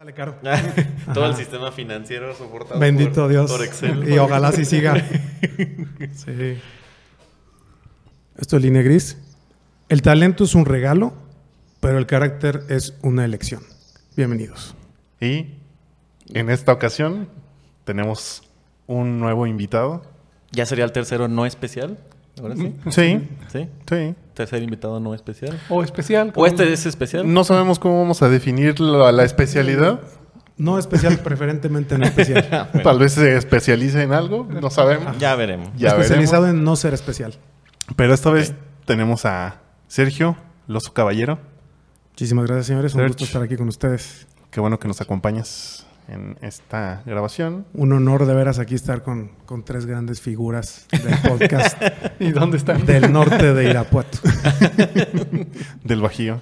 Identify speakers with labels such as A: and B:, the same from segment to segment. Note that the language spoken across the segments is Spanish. A: Sale caro.
B: Todo el
A: Ajá.
B: sistema financiero soportado
A: Bendito
B: por,
A: Dios.
B: por Excel.
A: Y ojalá así siga. Sí. Esto es línea gris. El talento es un regalo, pero el carácter es una elección. Bienvenidos.
C: Y en esta ocasión tenemos un nuevo invitado.
B: Ya sería el tercero no especial. Ahora
A: Mm.
B: sí.
C: Sí,
B: Sí.
C: sí.
B: Tercer invitado no especial.
D: O especial.
B: O este es especial.
C: No sabemos cómo vamos a definir la, la especialidad.
A: No especial, preferentemente no especial.
C: Tal vez se especialice en algo, no sabemos.
B: Ya veremos.
C: Ya
A: Especializado en no ser especial.
C: veremos. Pero esta vez tenemos a Sergio Loso Caballero.
A: Muchísimas gracias, señores. Un
C: Search.
A: gusto estar aquí con ustedes.
C: Qué bueno que nos acompañas en esta grabación.
A: Un honor de veras aquí estar con, con tres grandes figuras del podcast
D: ¿Y dónde está?
A: del norte de Irapuato.
C: Del Bajío.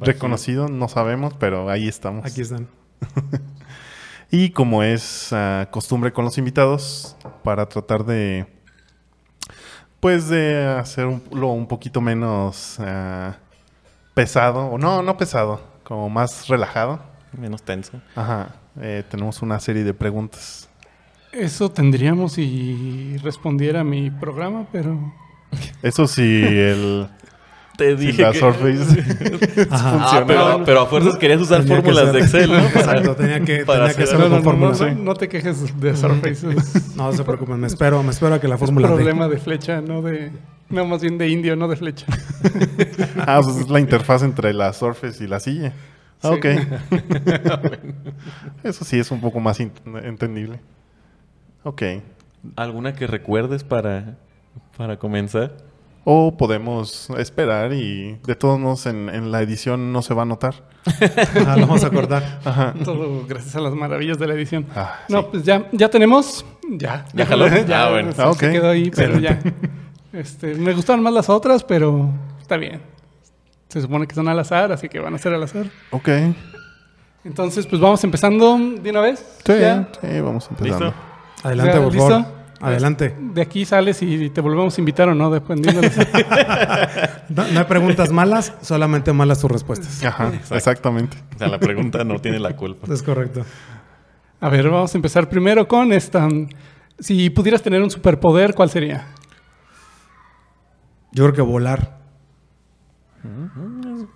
C: Reconocido, no sabemos, pero ahí estamos.
A: Aquí están.
C: Y como es ah, costumbre con los invitados, para tratar de, pues, de hacerlo un poquito menos ah, pesado, o no, no pesado, como más relajado,
B: Menos tenso.
C: Ajá. eh, tenemos una serie de preguntas.
D: Eso tendríamos si respondiera a mi programa, pero.
C: Eso sí, el,
B: Te
C: sí,
B: dije
C: la
B: que-
C: Surface.
A: Ajá.
B: Ah, pero, pero a fuerzas querías usar
A: Tenía que
B: fórmulas
A: ser.
B: de Excel, ¿no?
A: Exacto, tenía que-
B: para
A: tenía que
B: hacer
A: ser- Solo
D: No,
A: con
D: no, no,
A: fórmula,
D: no,
A: ¿sí?
D: no te quejes de Surface. Es
A: No se preocupen, me espero, me espero a que la
D: un
A: fórmula D.
D: problema de flecha, no de. No, más bien de indio, no de flecha.
C: ah, pues es la interfaz entre la Surface y la silla. Ah,
D: Sí.
C: ok. Eso sí es un poco más int- entendible. Ok.
B: ¿Alguna que recuerdes para, para comenzar?
C: O podemos esperar y de todos modos en, en la edición no se va a notar.
A: Ah, lo vamos a acordar.
C: Ajá.
D: Todo gracias a las maravillas de la edición.
C: Ah,
D: No,
C: sí.
D: pues ya, ya tenemos. Ya.
B: ¿Ya jaló?
D: Ya,
B: Ah, bueno.
D: se-
C: Ah,
D: se
C: ok.
D: quedó ahí, pero ya. Este, me gustaron más las otras, pero está bien. Se supone que son al azar, así que van a ser al azar.
C: Ok.
D: Entonces, pues vamos empezando de una vez.
C: Sí,
D: Ya.
C: sí, vamos empezando.
B: ¿Listo?
A: Adelante,
D: Ya,
A: por
D: ¿listo?
A: favor. Adelante.
D: De aquí sales y te volvemos a invitar o no, dependiendo de las-
A: No, no hay preguntas malas, solamente malas tus respuestas.
C: Ajá, exactamente.
B: O sea, la pregunta no tiene la culpa.
A: Es correcto.
D: A ver, vamos a empezar primero con esta. Si pudieras tener un superpoder, ¿cuál sería?
A: Yo creo que volar.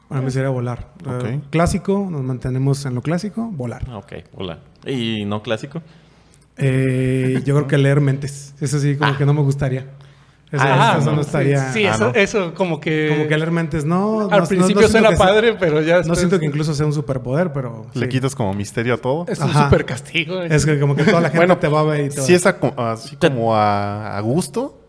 A: Para mí sería volar.
C: Ok.
A: Eh, Clásico, nos mantenemos en lo clásico, volar.
B: Ah, Ok, hola. ¿Y no clásico?
A: Eh, yo creo que leer mentes. Eso sí, como que no me gustaría. Eso,
D: Ah,
A: eso no,
D: no, sí,
A: estaría.
D: Sí,
C: Ah,
D: eso,
C: no.
D: eso como que.
A: Como que leer mentes, no. no-
D: al
A: no-
D: principio
A: no siento
D: suena
A: que sea-
D: padre, pues, pero ya.
A: No
D: después
A: siento que incluso sea un superpoder, pero.
C: Le
A: sí.
C: quitas como misterio a todo.
D: Es un eh.
A: Ajá.
D: super castigo.
A: Es que como que toda la gente
C: Bueno,
A: te va a ver y todo.
C: Si es a- así como a, a gusto,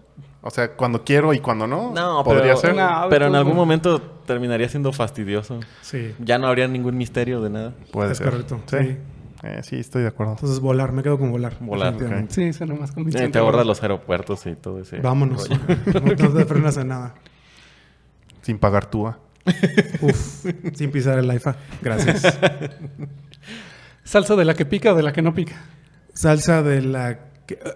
C: o sea, cuando quiero y cuando no,
B: No,
C: podría
B: pero,
C: ser.
D: No,
A: pues,
B: pero en
D: tú-
B: algún momento terminaría siendo fastidioso.
A: Sí.
B: Ya no habría ningún misterio de nada.
C: Puede
A: Es
C: ser.
A: correcto,
C: Sí.
A: sí.
C: Eh, sí, estoy de acuerdo.
A: Entonces volar, me quedo con volar.
B: Volar,
A: definitivamente.
D: Sí, suena más convincente.
B: Eh, te ahorras los aeropuertos y todo ese.
A: Vámonos.
B: rollo.
A: No, no te frenas en nada.
C: Sin pagar ah. túa.
A: Uf, sin pisar el IFA. Gracias.
D: Salsa de la que pica o de la que no pica.
A: Salsa de la que- uh,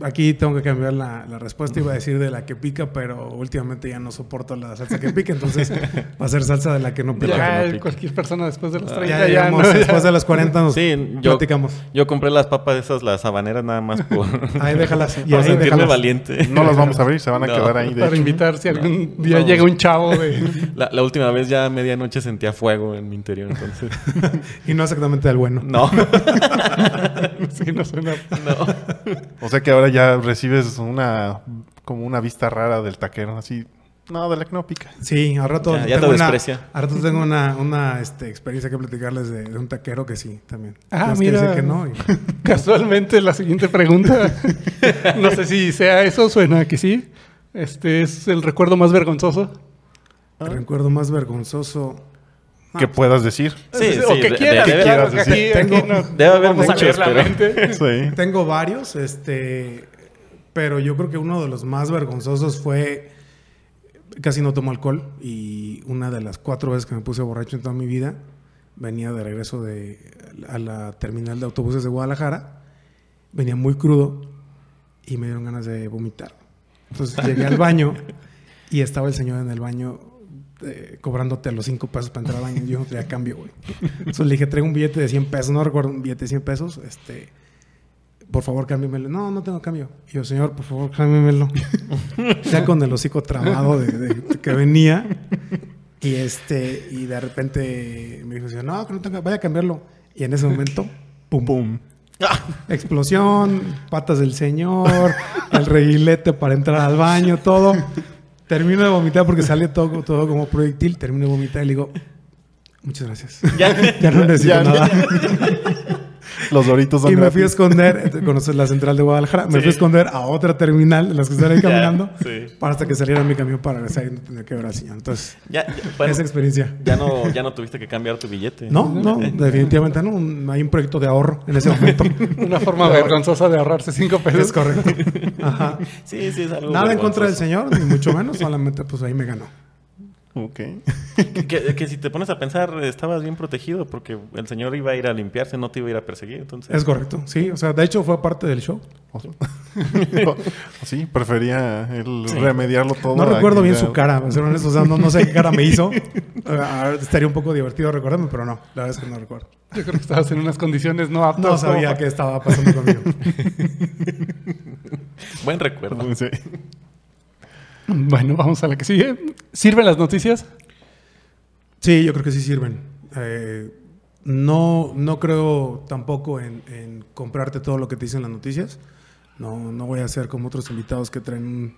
A: Aquí tengo que cambiar la, la respuesta. Iba a decir de la que pica, pero últimamente ya no soporto la salsa que pica. Entonces va a ser salsa de la que no
B: De la
A: pica. Ah.
D: ya eh,
B: que no pica.
D: cualquier persona después de los
A: Ya,
D: 30 ya,
A: llegamos,
D: no, ya.
A: después de los 40 nos
B: Sí, yo,
A: platicamos.
B: yo compré las papas esas, las habaneras, nada más por,
A: Ahí déjalas. Y
B: por
A: ahí
B: sentirme
A: déjalas.
B: valiente.
C: No las vamos a abrir, se van a
B: No.
C: quedar ahí. De
D: Para
C: hecho.
D: invitar si algún día
B: No.
D: llega un chavo de.
B: La, la última vez ya a medianoche sentía fuego en mi interior, entonces.
A: Y no exactamente del bueno.
B: No,
D: sí, no suena.
B: no.
C: O sea que ahora ya recibes una como una vista rara del taquero, así. No, de la que no pica.
A: Sí, al rato
B: Ya- ya te
A: una,
B: desprecia.
A: al rato tengo una, una, este, experiencia que platicarles de, de un taquero que sí, también.
D: Ah,
A: que
D: mira.
A: dice que no. y-
D: Casualmente la siguiente pregunta, no sé si sea eso, suena a que sí. Este es el recuerdo más vergonzoso.
A: El recuerdo más vergonzoso. Ah,
C: Que puedas decir.
B: Sí,
D: o
B: sí,
D: que
B: de-
D: quieras,
B: de-
C: de-
D: claro, que
C: quieras
D: aquí,
A: decir.
D: aquí
A: Tengo-
D: no-
B: debe haber
D: vamos a leer
B: muchos,
D: la
B: pero-
D: mente.
C: Sí.
A: Tengo varios, este, pero yo creo que uno de los más vergonzosos fue casi no tomo alcohol y una de las cuatro veces que me puse borracho en toda mi vida venía de regreso de a la terminal de autobuses de Guadalajara, venía muy crudo y me dieron ganas de vomitar. Entonces llegué al baño y estaba el señor en el baño eh, cobrándote los 5 pesos para entrar al baño. Yo no tenía cambio, güey. Entonces le dije, traigo un billete de 100 pesos, no recuerdo un billete de 100 pesos, este, por favor, cámbiamelo. No, no tengo cambio. Y yo, señor, por favor, cámbiamelo. ya con el hocico trabado de, de- de que venía. Y este, y de repente me dijo, no, que no tengo, vaya a cambiarlo. Y en ese momento, pum, pum. Explosión, patas del señor, el reguilete para entrar al baño, todo. Termino de vomitar porque sale todo, todo como proyectil. Termino de vomitar y le digo, muchas gracias. Ya, no necesito
C: Ya,
A: nada.
C: Los doritos son
A: Y me fui a
C: gratis.
A: esconder, conoces la central de Guadalajara, me fui a esconder a otra terminal, de las que están ahí
B: Ya,
A: caminando,
B: sí.
A: para hasta que saliera mi camión para regresar y no tener que ver al señor. Entonces,
B: Ya, ya, bueno,
A: esa experiencia.
B: ya no, ya no tuviste que cambiar tu billete.
A: No, no, definitivamente no. Un- hay un proyecto de ahorro en ese momento.
D: Una forma vergonzosa de ahorrarse cinco pesos.
A: es correcto. Ajá.
B: Sí, sí, es algo.
A: Nada en contra del
B: vergonzoso.
A: señor, ni mucho menos, solamente pues ahí me ganó.
C: Ok.
B: Que, que si te pones a pensar, estabas bien protegido porque el señor iba a ir a limpiarse, no te iba a ir a perseguir. Entonces,
A: Es correcto, sí. O sea, de hecho fue parte del show.
C: O- sí, prefería el remediarlo todo.
A: No
C: a
A: recuerdo
C: que
A: bien
C: ya-
A: su cara, para ser honesto, o sea, no, no sé qué cara me hizo. Ah, Estaría un poco divertido recordarme, pero no, la verdad es que no recuerdo.
D: Yo creo que estabas en unas condiciones no aptas.
A: No
D: como
A: sabía
D: para-
A: qué estaba pasando conmigo.
B: buen recuerdo.
C: Sí.
D: Bueno, vamos a la que sigue. ¿Sirven las noticias?
A: Sí, yo creo que sí sirven. Eh, no, no creo tampoco en, en comprarte todo lo que te dicen las noticias. No, no voy a ser como otros invitados que traen un-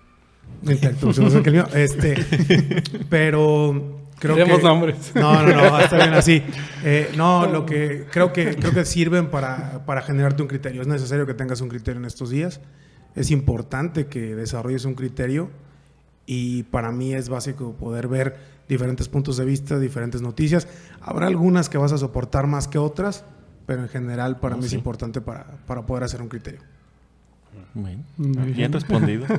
A: una introducción más que el mío. Este, pero creo
D: Queremos
A: que
D: nombres.
A: no, no, no, está bien así. Eh, no, lo que creo que creo que sirven para, para generarte un criterio. Es necesario que tengas un criterio en estos días. Es importante que desarrolles un criterio y para mí es básico poder ver diferentes puntos de vista, diferentes noticias. Habrá algunas que vas a soportar más que otras, pero en general para mí es importante para, para poder hacer un criterio.
B: Bueno,
D: Muy
B: bien respondido.
C: Ujú,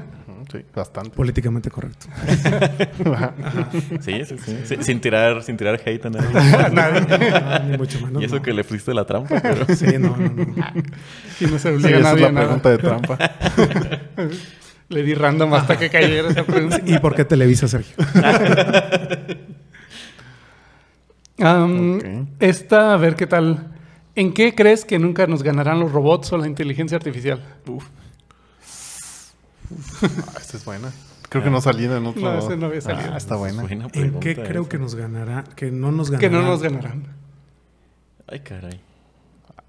C: sí, bastante.
A: Políticamente correcto.
C: Ajá.
B: Sí, sí, sí. Sí, sin, tirar, sin tirar hate a nadie.
A: Ah, ni mucho menos.
B: y eso
A: no.
B: que le fuiste la trampa, pero.
A: Sí, no, no, no.
D: Y no se
C: Sí, esa
D: obliga a
C: es
D: nadie
C: la
D: a nada.
C: pregunta de trampa.
D: Le di random hasta que cayera esa pregunta.
A: ¿Y por qué Televisa, Sergio?
D: Am,
C: Ok.
D: Esta, a ver qué tal. ¿En qué crees que nunca nos ganarán los robots o la inteligencia artificial?
C: Ah, esta es buena. Creo
D: Ah.
C: que no salí en otro.
D: No, esa no había salido.
C: Ah, está buena.
B: Buena
A: ¿En qué
B: pregunta
A: creo
B: esa.
A: que nos ganará? Que no nos ganará.
D: Que no nos ganarán.
B: Ay, caray.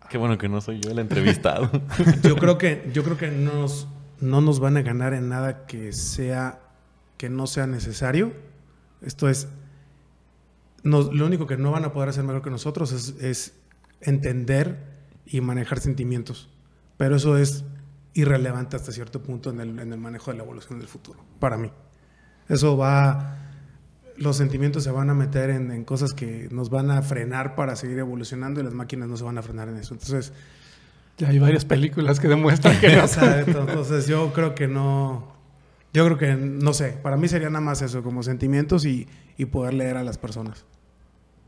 B: Qué bueno que no soy yo el entrevistado.
A: Yo creo que, yo creo que nos, no nos van a ganar en nada que sea que no sea necesario. Esto es, nos- lo único que no van a poder hacer mejor que nosotros es, es entender y manejar sentimientos. Pero eso es irrelevante hasta cierto punto en el, en el manejo de la evolución del futuro, para mí. Eso va, los sentimientos se van a meter en, en cosas que nos van a frenar para seguir evolucionando y las máquinas no se van a frenar en eso. Entonces,
D: Ya hay varias películas que demuestran que no.
A: o sea, ento- entonces yo creo que no. Yo creo que, no sé, para mí sería nada más eso, como sentimientos y, y poder leer a las personas.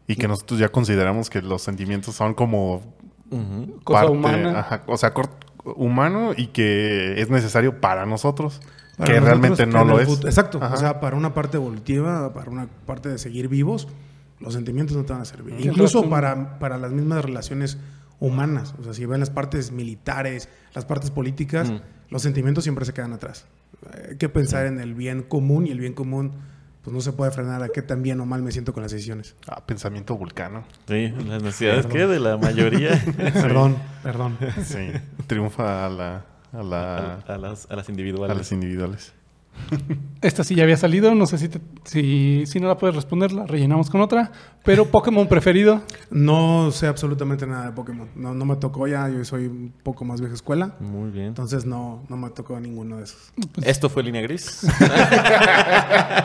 C: Y que nosotros ya consideramos que los sentimientos son como
B: Ujú.
D: Cosa
C: parte,
D: humana.
C: ajá, o sea, cor- humano y que es necesario para nosotros.
A: Para
C: que
A: nosotros,
C: realmente no
A: en
C: lo
A: el
C: es.
A: fut- Exacto,
C: Ajá.
A: o sea, para una parte evolutiva, para una parte de seguir vivos, los sentimientos no te van a servir.
D: Tienes
A: Incluso
D: razón.
A: para, para las mismas relaciones humanas, o sea, si ven las partes militares, las partes políticas,
C: Mm.
A: los sentimientos siempre se quedan atrás. Hay que pensar en el bien común y el bien común, pues no se puede frenar a qué tan bien o mal me siento con las decisiones.
C: Ah, pensamiento vulcano.
B: Sí, las necesidades
A: Perdón.
B: que de la mayoría.
A: Perdón, perdón.
C: Sí. Triunfa a la, a la-
B: A, a las, a las
C: a
B: individuales.
C: las individuales.
D: Esta sí ya había salido. No sé si, te- si, si no la puedes responder, la rellenamos con otra. Pero Pokémon preferido.
A: No sé absolutamente nada de Pokémon. No, no me tocó ya, yo soy un poco más vieja escuela.
B: Muy bien.
A: Entonces no, no me tocó ninguno de esos.
B: Esto fue Línea Gris.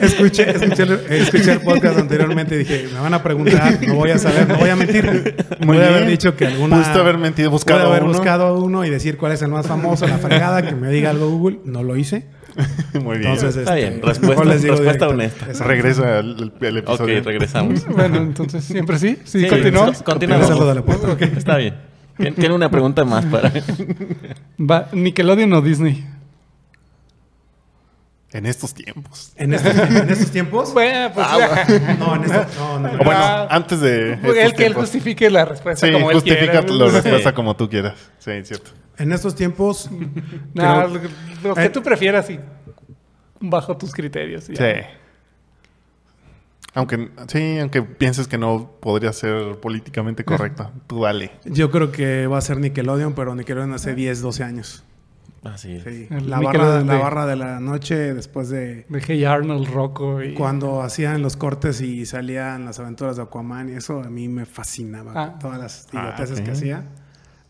A: Escuché, escuché, el- escuché el podcast anteriormente y dije, me van a preguntar, no voy a saber, no voy a mentir.
C: Muy
A: Voy a haber
C: bien.
A: dicho que alguna...
C: Pudiste haber mentido,
A: pude
C: buscado
A: haber
C: uno.
A: buscado uno y decir cuál es el más famoso, la fregada, que me diga algo Google. No lo hice.
C: Muy bien.
A: Entonces,
B: Está
A: este,
B: bien,
A: mejor
B: respuesta-
A: les digo
B: respuesta
A: directo.
B: honesta.
A: Exacto.
C: regresa el, el- el
B: ok,
C: episodio.
B: regresamos.
D: Bueno, entonces siempre sí. Sí,
B: Sí,
D: continuamos.
B: con- continuamos.
A: Eso es lo de la puerta.
B: Ok, Está bien. Tien- Tiene una pregunta más para.
D: Va, Nickelodeon o Disney.
C: En estos tiempos.
A: ¿En estos, en estos
C: Ah,
A: tiempos?
D: Bueno, pues ya.
A: No, en estos. No, no, no.
C: O bueno,
D: Ah.
C: antes de.
D: Él
C: estos
D: que él
C: tiempos.
D: justifique la respuesta
C: Sí,
D: como él
C: justifica
D: quiera.
C: la
D: ¿no?
C: respuesta como tú quieras. Sí, es cierto.
A: En estos tiempos.
D: No,
A: creo-
D: Ah, lo, lo que
A: Eh.
D: tú prefieras y bajo tus criterios. ya.
C: Sí. Aunque, sí, aunque pienses que no podría ser políticamente correcta, tú dale.
A: Yo creo que va a ser Nickelodeon, pero Nickelodeon hace 10, 12 años.
B: Así es.
A: Sí.
D: El
A: La, barra,
D: Nickelodeon
A: la
D: de-
A: barra de la noche después de
D: De Hey Arnold, Rocco y...
A: cuando hacían los cortes y salían las aventuras de Aquaman y eso a mí me fascinaba.
D: Ah.
A: Todas las
C: Ah,
A: idioteces
C: ok.
A: que hacía.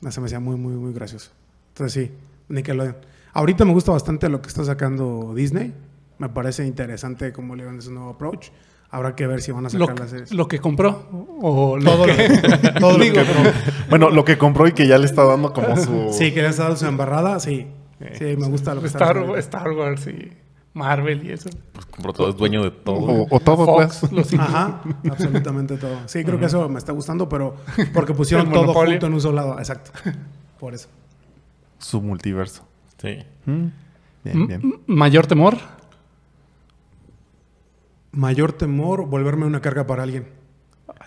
A: no, Se me hacía muy, muy, muy gracioso. Entonces sí, Nickelodeon. Ahorita me gusta bastante lo que está sacando Disney. Me parece interesante cómo le van a su nuevo approach. Habrá que ver si van a
D: Lo,
A: sacar las series.
D: lo que compró o lo
A: Todo lo-
D: que...
A: todo lo que
D: Digo,
A: compró.
C: Bueno, lo que compró y que ya le está dando como su.
A: Sí, que le has dado su embarrada, sí. Sí, me gusta lo que está
D: Star,
A: haciendo.
D: Star Wars y Marvel y eso.
B: Pues compró todo, es dueño de todo.
C: O, o todo,
D: Fox,
C: pues.
D: los indios.
A: Ajá, absolutamente todo. Sí, creo que eso me está gustando, pero porque pusieron
D: El
A: todo
D: monopolio.
A: junto en un solo lado. Exacto. Por eso.
C: Su multiverso.
B: Sí.
C: Mm. Bien,
D: M-
C: bien.
D: m- Mm, Mayor temor.
A: Mayor temor, volverme una carga para alguien.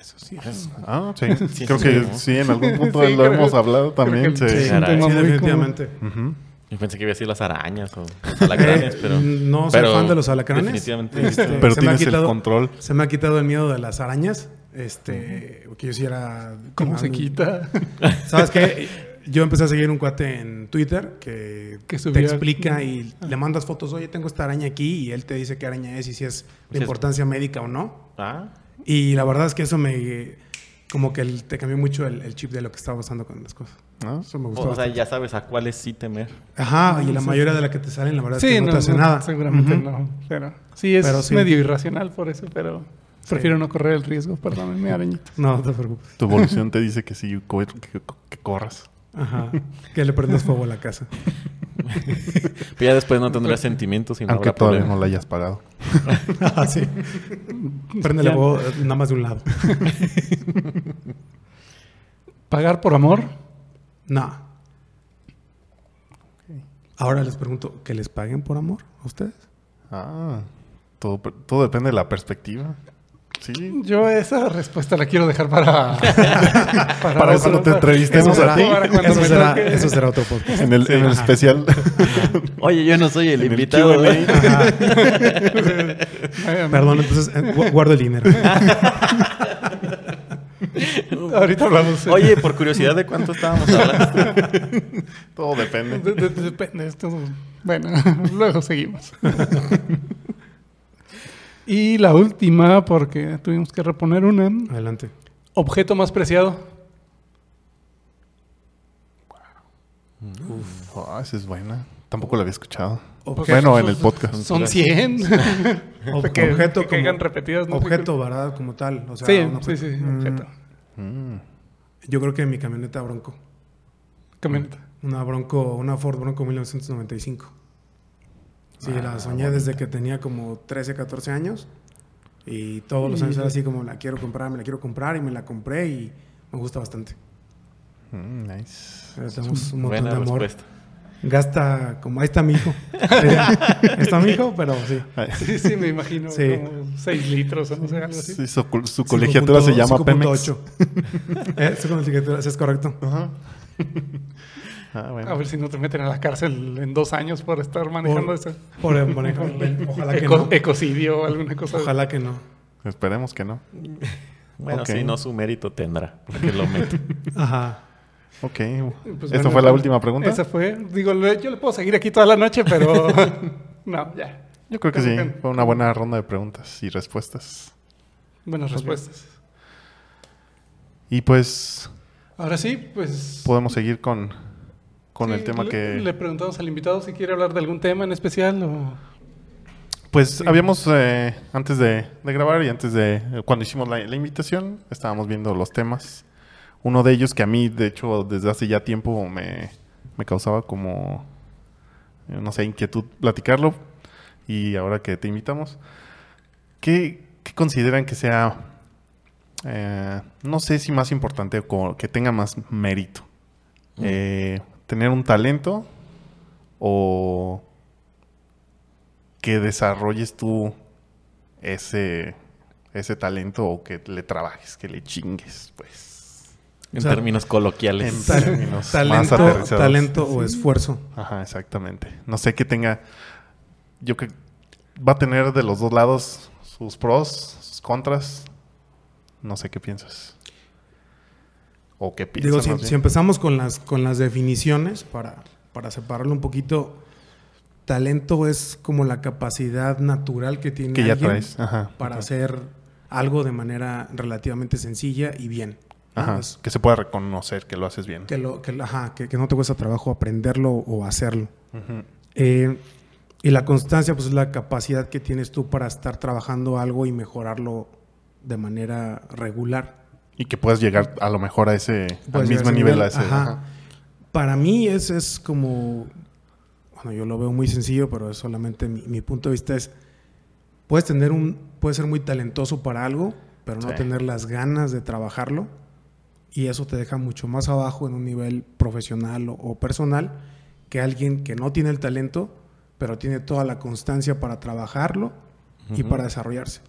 D: Eso sí.
C: Ah, sí.
B: Sí,
C: Creo
B: sí,
C: que
B: ¿no?
C: sí, en algún punto
D: Sí,
C: lo
D: creo-
C: hemos hablado
D: creo
C: también. Sí.
D: que- sí.
A: Sí,
B: caray.
A: sí,
D: Muy
A: definitivamente.
C: Ujú.
B: Yo pensé que iba a decir las arañas o los alacranes,
A: Eh,
B: pero.
A: no soy
B: pero
A: fan de los alacranes.
B: Definitivamente.
A: Este-
C: Pero
A: se me ha
C: tienes el
A: quitado-
C: control.
A: Se me ha quitado el miedo de las arañas. Este, que yo sí era.
D: ¿Cómo
A: más-
D: se quita?
A: ¿Sabes qué? Yo empecé a seguir un cuate en Twitter que,
D: Que
A: te
D: subía- Ah.
A: explica y le mandas fotos. Oye, tengo esta araña aquí y él te dice qué araña es y si es de
B: Sí.
A: importancia médica o no.
B: Ah,
A: Y la verdad es que eso me. Como que el- te cambió mucho el, el chip de lo que estaba pasando con las cosas.
C: ¿no?
A: Eso me gustó.
B: o sea,
A: bastante.
B: ya sabes a cuáles sí temer.
A: Ajá, y la mayoría de las que te salen, la verdad es
D: sí,
A: que no, te hace nada.
D: Seguramente
A: Ujú.
D: no. Pero sí, es
A: Pero sí.
D: medio irracional por eso, pero prefiero no correr el riesgo. Perdónenme, arañita.
A: No, no te preocupes.
C: Tu evolución te dice que sí, co- que, que corras.
A: Ajá. que le prendas fuego a la casa.
B: Pero ya después no tendrás sentimientos y no
C: aunque
B: habrá
C: todavía
B: problema.
C: no la hayas pagado.
A: Ajá, sí. Prendele
D: Ah, Ya.
A: fuego eh, nada más de un lado.
D: Pagar por amor.
A: No. Ahora les pregunto, ¿que les paguen por amor a ustedes?
C: Ah, todo, per- todo depende de la perspectiva. Sí.
D: Yo esa respuesta la quiero dejar para. para
C: Para
D: otro-
C: cuando te entrevistemos
D: Eso
C: a ti.
D: para cuando
A: Eso
D: me
A: será,
D: toque.
A: eso será otro podcast.
C: En el, en el
A: Ajá.
C: especial.
B: Oye, yo no soy el
C: En el
B: invitado.
C: Q&A.
B: ¿eh?
A: Ajá.
D: Ay,
A: Perdón, entonces eh, gu- guardo el dinero.
D: Ahorita hablamos.
B: Oye, por curiosidad de cuánto estábamos hablando.
C: todo
D: De-
C: depende.
D: de- de- depende, esto- Bueno, luego seguimos. y la última, porque tuvimos que reponer una.
A: Adelante.
D: Objeto más preciado.
C: Ah, esa es buena. Tampoco la había escuchado.
A: Objeto.
C: Bueno, en el podcast.
D: Son 100.
A: Ob-
D: Pues que,
A: objeto
D: que
A: como-
D: caigan repetidas. ¿no?
A: Objeto, ¿verdad? Como tal. O sea,
D: Sí,
A: un
D: sí,
A: objeto.
D: sí,
A: Mm,
D: objeto.
C: Mm.
A: Yo creo que mi camioneta Bronco.
D: Camioneta.
A: Una Bronco, una Ford Bronco 1995. Sí,
D: Ah,
A: la soñé desde que tenía como 13, 14 años. Y todos los años era así como la quiero comprar, me la quiero comprar y me la compré y me gusta bastante.
C: Mm, nice.
A: Le Tenemos un montón
B: Buena
A: de amor.
B: respuesta.
A: Gasta como ahí está mi hijo. está mi hijo, pero sí.
C: Ay,
D: Sí, sí, me imagino.
A: Sí.
D: Como 6 litros o no sé, algo así.
C: sí, su, col- su colegiatura se llama Pemex.
A: 5.8. Eh, su colegiatura, sí, es correcto.
C: Ajá. Ah, bueno.
D: A ver si no te meten a la cárcel en dos años por estar manejando
A: Por-
D: eso.
A: Por el manejo. Ojalá que
D: Eco-
A: no.
D: Ecocidio o alguna cosa.
A: Ojalá que no.
C: Esperemos que no.
B: Bueno,
C: Ok.
B: si no, su mérito tendrá. Que lo meta.
A: Ajá.
C: Ok.
D: Pues
C: ¿Esta
D: bueno,
C: fue la última pregunta?
D: Esa fue. Digo, le- yo le puedo seguir aquí toda la noche, pero no, ya.
C: Yo creo que sí. Fue una buena ronda de preguntas y respuestas.
D: Buenas respuestas.
C: Y pues
D: Ahora sí, pues.
C: podemos seguir con, con
D: sí,
C: el tema
D: le-
C: que...
D: Le preguntamos al invitado si quiere hablar de algún tema en especial o.
C: Pues habíamos, eh, antes de, de grabar y antes de, cuando hicimos la, la invitación, estábamos viendo los temas. Uno de ellos que a mí, de hecho, desde hace ya tiempo me, me causaba como, eh, no sé, inquietud platicarlo. Y ahora que te invitamos, ¿qué, qué consideran que sea, eh, no sé si más importante o como que tenga más mérito? Eh, ¿Tener un talento o que desarrolles tú ese, ese talento o que le trabajes, que le chingues, pues.
B: En
A: O sea,
B: términos coloquiales.
C: en
A: Tal-
C: términos más
A: talento,
C: aterrizados.
A: talento o esfuerzo.
C: Ajá, exactamente. No sé qué tenga. Yo creo que va a tener de los dos lados sus pros, sus contras. No sé qué piensas. O qué piensas.
A: Digo, si,
C: más bien.
A: si empezamos con las, con las definiciones, para, para separarlo un poquito, talento es como la capacidad natural que tiene
C: que ya
A: alguien
C: traes. Ajá.
A: para
C: Ajá.
A: hacer algo de manera relativamente sencilla y bien. ¿no?
C: Ajá,
A: Es
C: Que se pueda reconocer que lo haces bien.
A: que, lo, que, lo- ajá, que- que no te cuesta trabajo aprenderlo o hacerlo.
C: Ujú.
A: Eh, y la constancia, pues es la capacidad que tienes tú para estar trabajando algo y mejorarlo de manera regular.
C: Y que puedas llegar a lo mejor a ese. al
A: Pues,
C: mismo
A: ese
C: nivel, a ese.
A: ajá.
C: ajá.
A: Para mí es, es como, bueno, yo lo veo muy sencillo, pero es solamente mi, mi punto de vista es, puedes tener un, puedes ser muy talentoso para algo, pero no
C: Sí.
A: tener las ganas de trabajarlo y eso te deja mucho más abajo en un nivel profesional o, o personal que alguien que no tiene el talento, pero tiene toda la constancia para trabajarlo y para desarrollarse.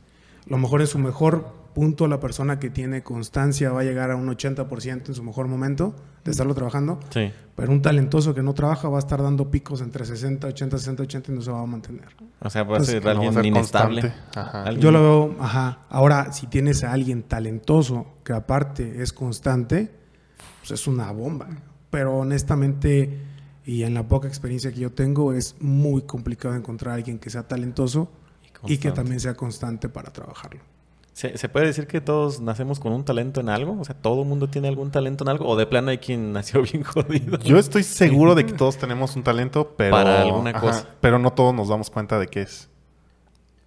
A: A lo mejor en su mejor punto la persona que tiene constancia va a llegar a un 80% en su mejor momento de estarlo trabajando,
B: Sí.
A: pero un talentoso que no trabaja va a estar dando picos entre 60, 80, 60, 80 y no se va a mantener.
B: O sea, va a
A: Pues,
B: ser
A: que no
B: alguien
C: va a ser
B: inestable.
C: constante. Ajá.
B: Alguien-
A: Yo lo veo, ajá. Ahora, si tienes a alguien talentoso que aparte es constante, pues es una bomba. Pero honestamente, y en la poca experiencia que yo tengo, es muy complicado encontrar a alguien que sea talentoso y que
B: constante.
A: también sea constante para trabajarlo.
B: ¿Se, se puede decir que todos nacemos con un talento en algo? O sea, ¿todo el mundo tiene algún talento en algo? ¿O de plano hay quien nació bien jodido?
C: Yo estoy seguro de que todos tenemos un talento, pero.
B: Para alguna cosa.
C: Pero no todos nos damos cuenta de qué es.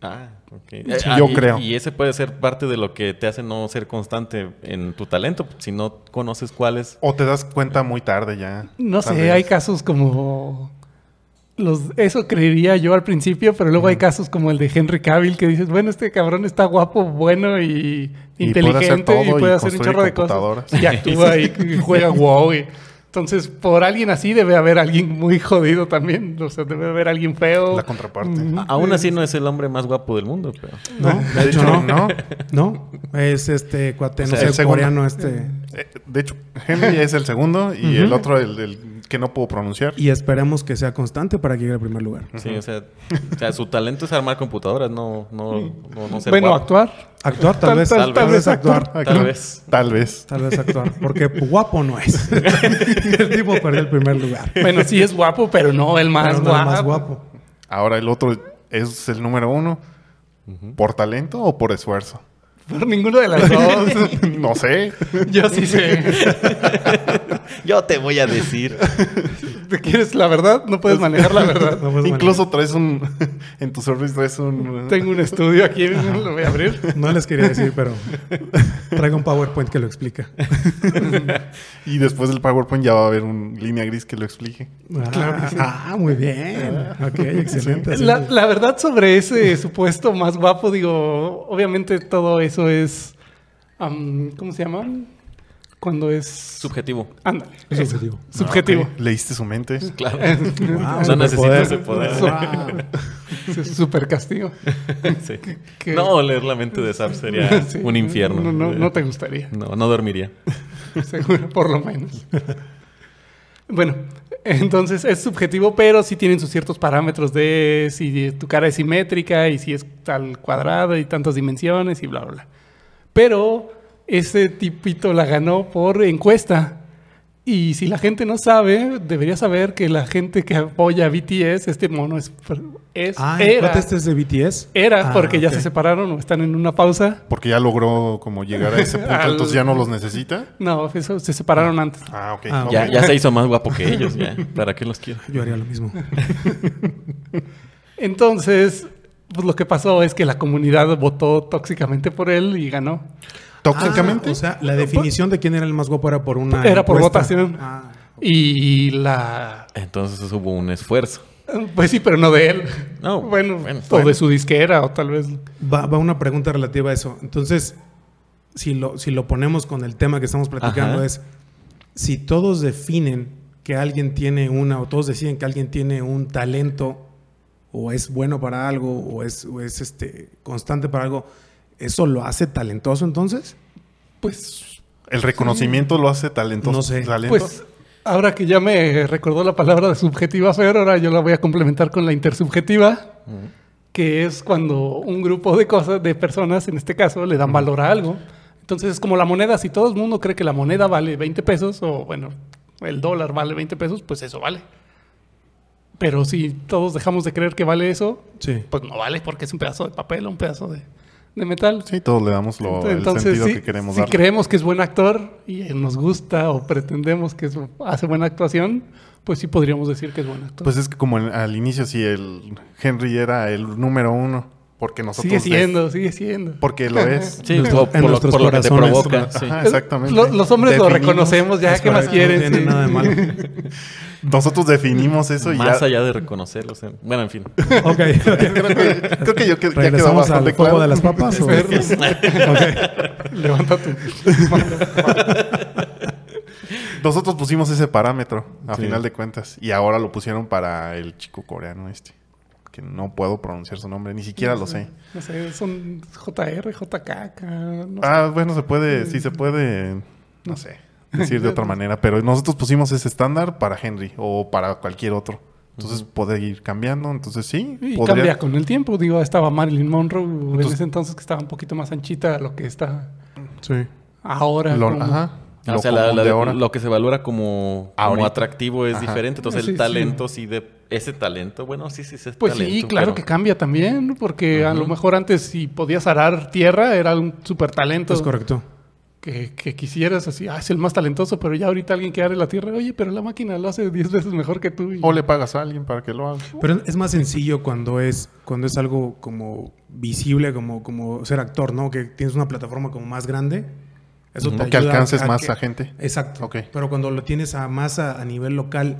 B: Ah, ok.
C: yo
B: y-
C: creo.
B: Y ese puede ser parte de lo que te hace no ser constante en tu talento. Si no conoces cuál es...
C: O te das cuenta muy tarde ya.
D: No
C: tal
D: sé,
C: vez.
D: hay casos como. Los, eso creería yo al principio, pero luego hay casos como el de Henry Cavill que dices, bueno, este cabrón está guapo, bueno y
C: Y puede hacer
D: inteligente y
C: todo y
D: puede hacer un
C: construye
D: chorro de cosas.
C: computadoras.
D: Y actúa y, y juega wow. y- Entonces, por alguien así debe haber alguien muy jodido también. O sea, debe haber alguien feo.
C: La contraparte.
D: Ujú.
B: A- Aún así no es el hombre más guapo del mundo, pero...
A: ¿No?
C: De hecho, no.
A: ¿No? Es este cuate, no
C: O sea,
A: sé,
C: el segundo.
A: coreano este.
C: Eh, De hecho, Henry es el segundo y el otro, el, el que no puedo pronunciar.
A: Y esperemos que sea constante para que llegue al primer lugar.
B: Sí, o sea, o sea, su talento es armar computadoras, no, no, no, no ser
D: bueno,
B: guapo.
D: actuar.
A: Actuar, tal,
D: Tal-
A: vez.
B: tal- tal
D: vez
A: actuar.
B: Tal
C: Aquí.
B: vez.
C: Ah, Tal vez.
A: Tal vez actuar. Porque guapo no es. el tipo perdió el primer lugar.
D: Bueno, sí es guapo, pero no el más,
A: Pero no era
D: guapo.
A: más guapo.
C: Ahora el otro es el número uno. ¿Por talento o por esfuerzo?
D: Por ninguno de las dos.
C: no sé.
D: yo sí sé.
B: Yo te voy a decir.
D: ¿Te quieres la verdad? No puedes manejar la verdad.
A: No, pues,
C: Incluso traes un. en tu service traes un.
D: Tengo un estudio aquí, lo voy a abrir.
A: bueno, no les quería decir, pero traigo un PowerPoint que lo explica.
C: Y después del PowerPoint ya va a haber una línea gris que lo explique.
A: Ah, ah, muy bien. Ok, excelente. Así
D: La,
A: que-
D: la verdad sobre ese supuesto más guapo, digo, obviamente todo eso es, am, ¿cómo se llama? Cuando es...
B: Subjetivo.
D: Ándale.
A: Es
D: eso,
A: objetivo.
D: Subjetivo.
C: Ok, Leíste su mente.
B: Claro.
A: Wow,
B: no necesito
A: superpoder.
B: ese poder.
A: Wow.
D: Su- Super castigo.
B: Sí.
D: Que-
B: No, leer la mente de Zap sería
D: Sí,
B: un infierno. Eh,
D: No, no, no te gustaría,
B: No, no dormiría.
D: seguro, por lo menos. Bueno, entonces es subjetivo, pero sí tienen sus ciertos parámetros de si tu cara es simétrica y si es tal cuadrado y tantas dimensiones y bla, bla, bla. Pero ese tipito la ganó por encuesta. Y si la gente no sabe, debería saber que la gente que apoya a BTS, este mono es, es-
A: Ah, ¿el
D: era,
A: cuate este es de BTS?
D: era
A: Ah,
D: porque ya
A: ok.
D: se separaron o están en una pausa.
C: Porque ya logró como llegar a ese punto,
D: Al-
C: entonces ya no los necesita.
D: No, eso, se separaron antes.
C: Ah, ok.
A: Ah,
C: ok.
B: Ya, ya se hizo más guapo que ellos, ya. ¿Para qué los quiero?
A: Yo haría lo mismo.
D: Entonces, pues lo que pasó es que la comunidad votó tóxicamente por él y ganó.
C: Tóxicamente.
A: Ah, o sea, la definición de quién era el más guapo era por una.
D: Era por
A: encuesta.
D: votación.
A: Ah,
D: Y la...
B: Entonces hubo un esfuerzo.
D: Pues sí, pero no de él.
B: No,
D: bueno,
B: bueno,
D: o
B: bueno.
D: de su disquera o tal vez...
A: va, va una pregunta relativa a eso. Entonces, si lo, si lo ponemos con el tema que estamos platicando,
B: Ajá.
A: es si todos definen que alguien tiene una, o todos deciden que alguien tiene un talento o es bueno para algo, o es, o es este, constante para algo, ¿eso lo hace talentoso entonces?
C: Pues el reconocimiento lo hace talentoso.
A: No sé.
C: talento.
D: Pues ahora que ya me recordó la palabra subjetiva, Fer, ahora yo la voy a complementar con la intersubjetiva, que es cuando un grupo de cosas, de personas, en este caso, le dan valor a algo. Entonces es como la moneda, si todo el mundo cree que la moneda vale 20 pesos, o bueno, el dólar vale 20 pesos, pues eso vale. Pero si todos dejamos de creer que vale eso,
A: Sí.
D: pues no vale porque es un pedazo de papel o un pedazo de, de metal.
C: sí, todos le damos lo, el
D: Entonces,
C: sentido
D: si,
C: que queremos
D: si
C: darle.
D: creemos que es buen actor y eh, nos gusta o pretendemos que es- hace buena actuación, pues sí podríamos decir que es buen actor.
C: Pues es que como en- al inicio si el Henry era el número uno, porque nosotros...
D: Pues sigue
C: le-
D: siendo, sigue siendo.
C: porque lo es.
B: Sí,
A: Nuestro-
B: por,
A: en
B: lo,
A: nuestros
B: por lo que te
A: corazones.
B: provoca. sí.
C: Ajá, exactamente.
D: Lo- los hombres lo
C: Definimos-
D: reconocemos ya,
A: Es
D: ¿qué más
A: correcto,
D: quieren?
A: No tiene
D: Sí.
A: nada de malo.
C: Nosotros definimos eso y ya...
B: Más allá de reconocerlo. o sea, bueno, en fin.
A: Ok.
C: Creo que, creo que yo que- ya quedó
A: ¿Regresamos al
C: bastante
A: fuego
C: claro.
A: de las papas? o- Ok.
D: Levanta tu-
C: Nosotros pusimos ese parámetro, a
B: Sí.
C: final de cuentas. Y ahora lo pusieron para el chico coreano este. Que no puedo pronunciar su nombre, ni siquiera lo sé.
D: No sé, son JR, JK, no sé.
C: Ah, bueno, se puede, sí se puede, no sé, decir de otra manera. Pero nosotros pusimos ese estándar para Henry o para cualquier otro. Entonces puede ir cambiando. Entonces sí,
D: Y
C: podría-
D: cambia con el tiempo. Digo, estaba Marilyn Monroe en
C: Entonces-
D: ese entonces que estaba un poquito más anchita a lo que está
C: Sí.
D: ahora.
C: Lo,
D: como-
C: ajá.
B: O
C: Lo
B: sea, la-
C: común
B: la-
C: de ahora.
B: lo que se valora como, como
C: Ahorita.
B: atractivo es
C: Ajá.
B: diferente. Entonces,
D: Sí,
B: el
D: sí.
B: talento, sí, de ese talento, bueno, sí, sí, sí es
D: Pues sí,
B: talento,
D: claro
B: pero-
D: que cambia también, porque a
B: Ujú.
D: lo mejor antes si podías arar tierra era un súper talento
A: Es correcto.
D: que, que quisieras así, ah, es el más talentoso, pero ya ahorita alguien que are la tierra, oye, pero la máquina lo hace 10 veces mejor que tú. y-
C: O le pagas a alguien para que lo haga.
A: Pero es más sencillo cuando es, cuando es algo como visible, como, como ser actor, ¿no? Que tienes una plataforma como más grande. Eso te
C: O que
A: ayuda
C: alcances más
A: que-
C: a gente.
A: Exacto.
C: Ok.
A: Pero cuando lo tienes a más a, a nivel local,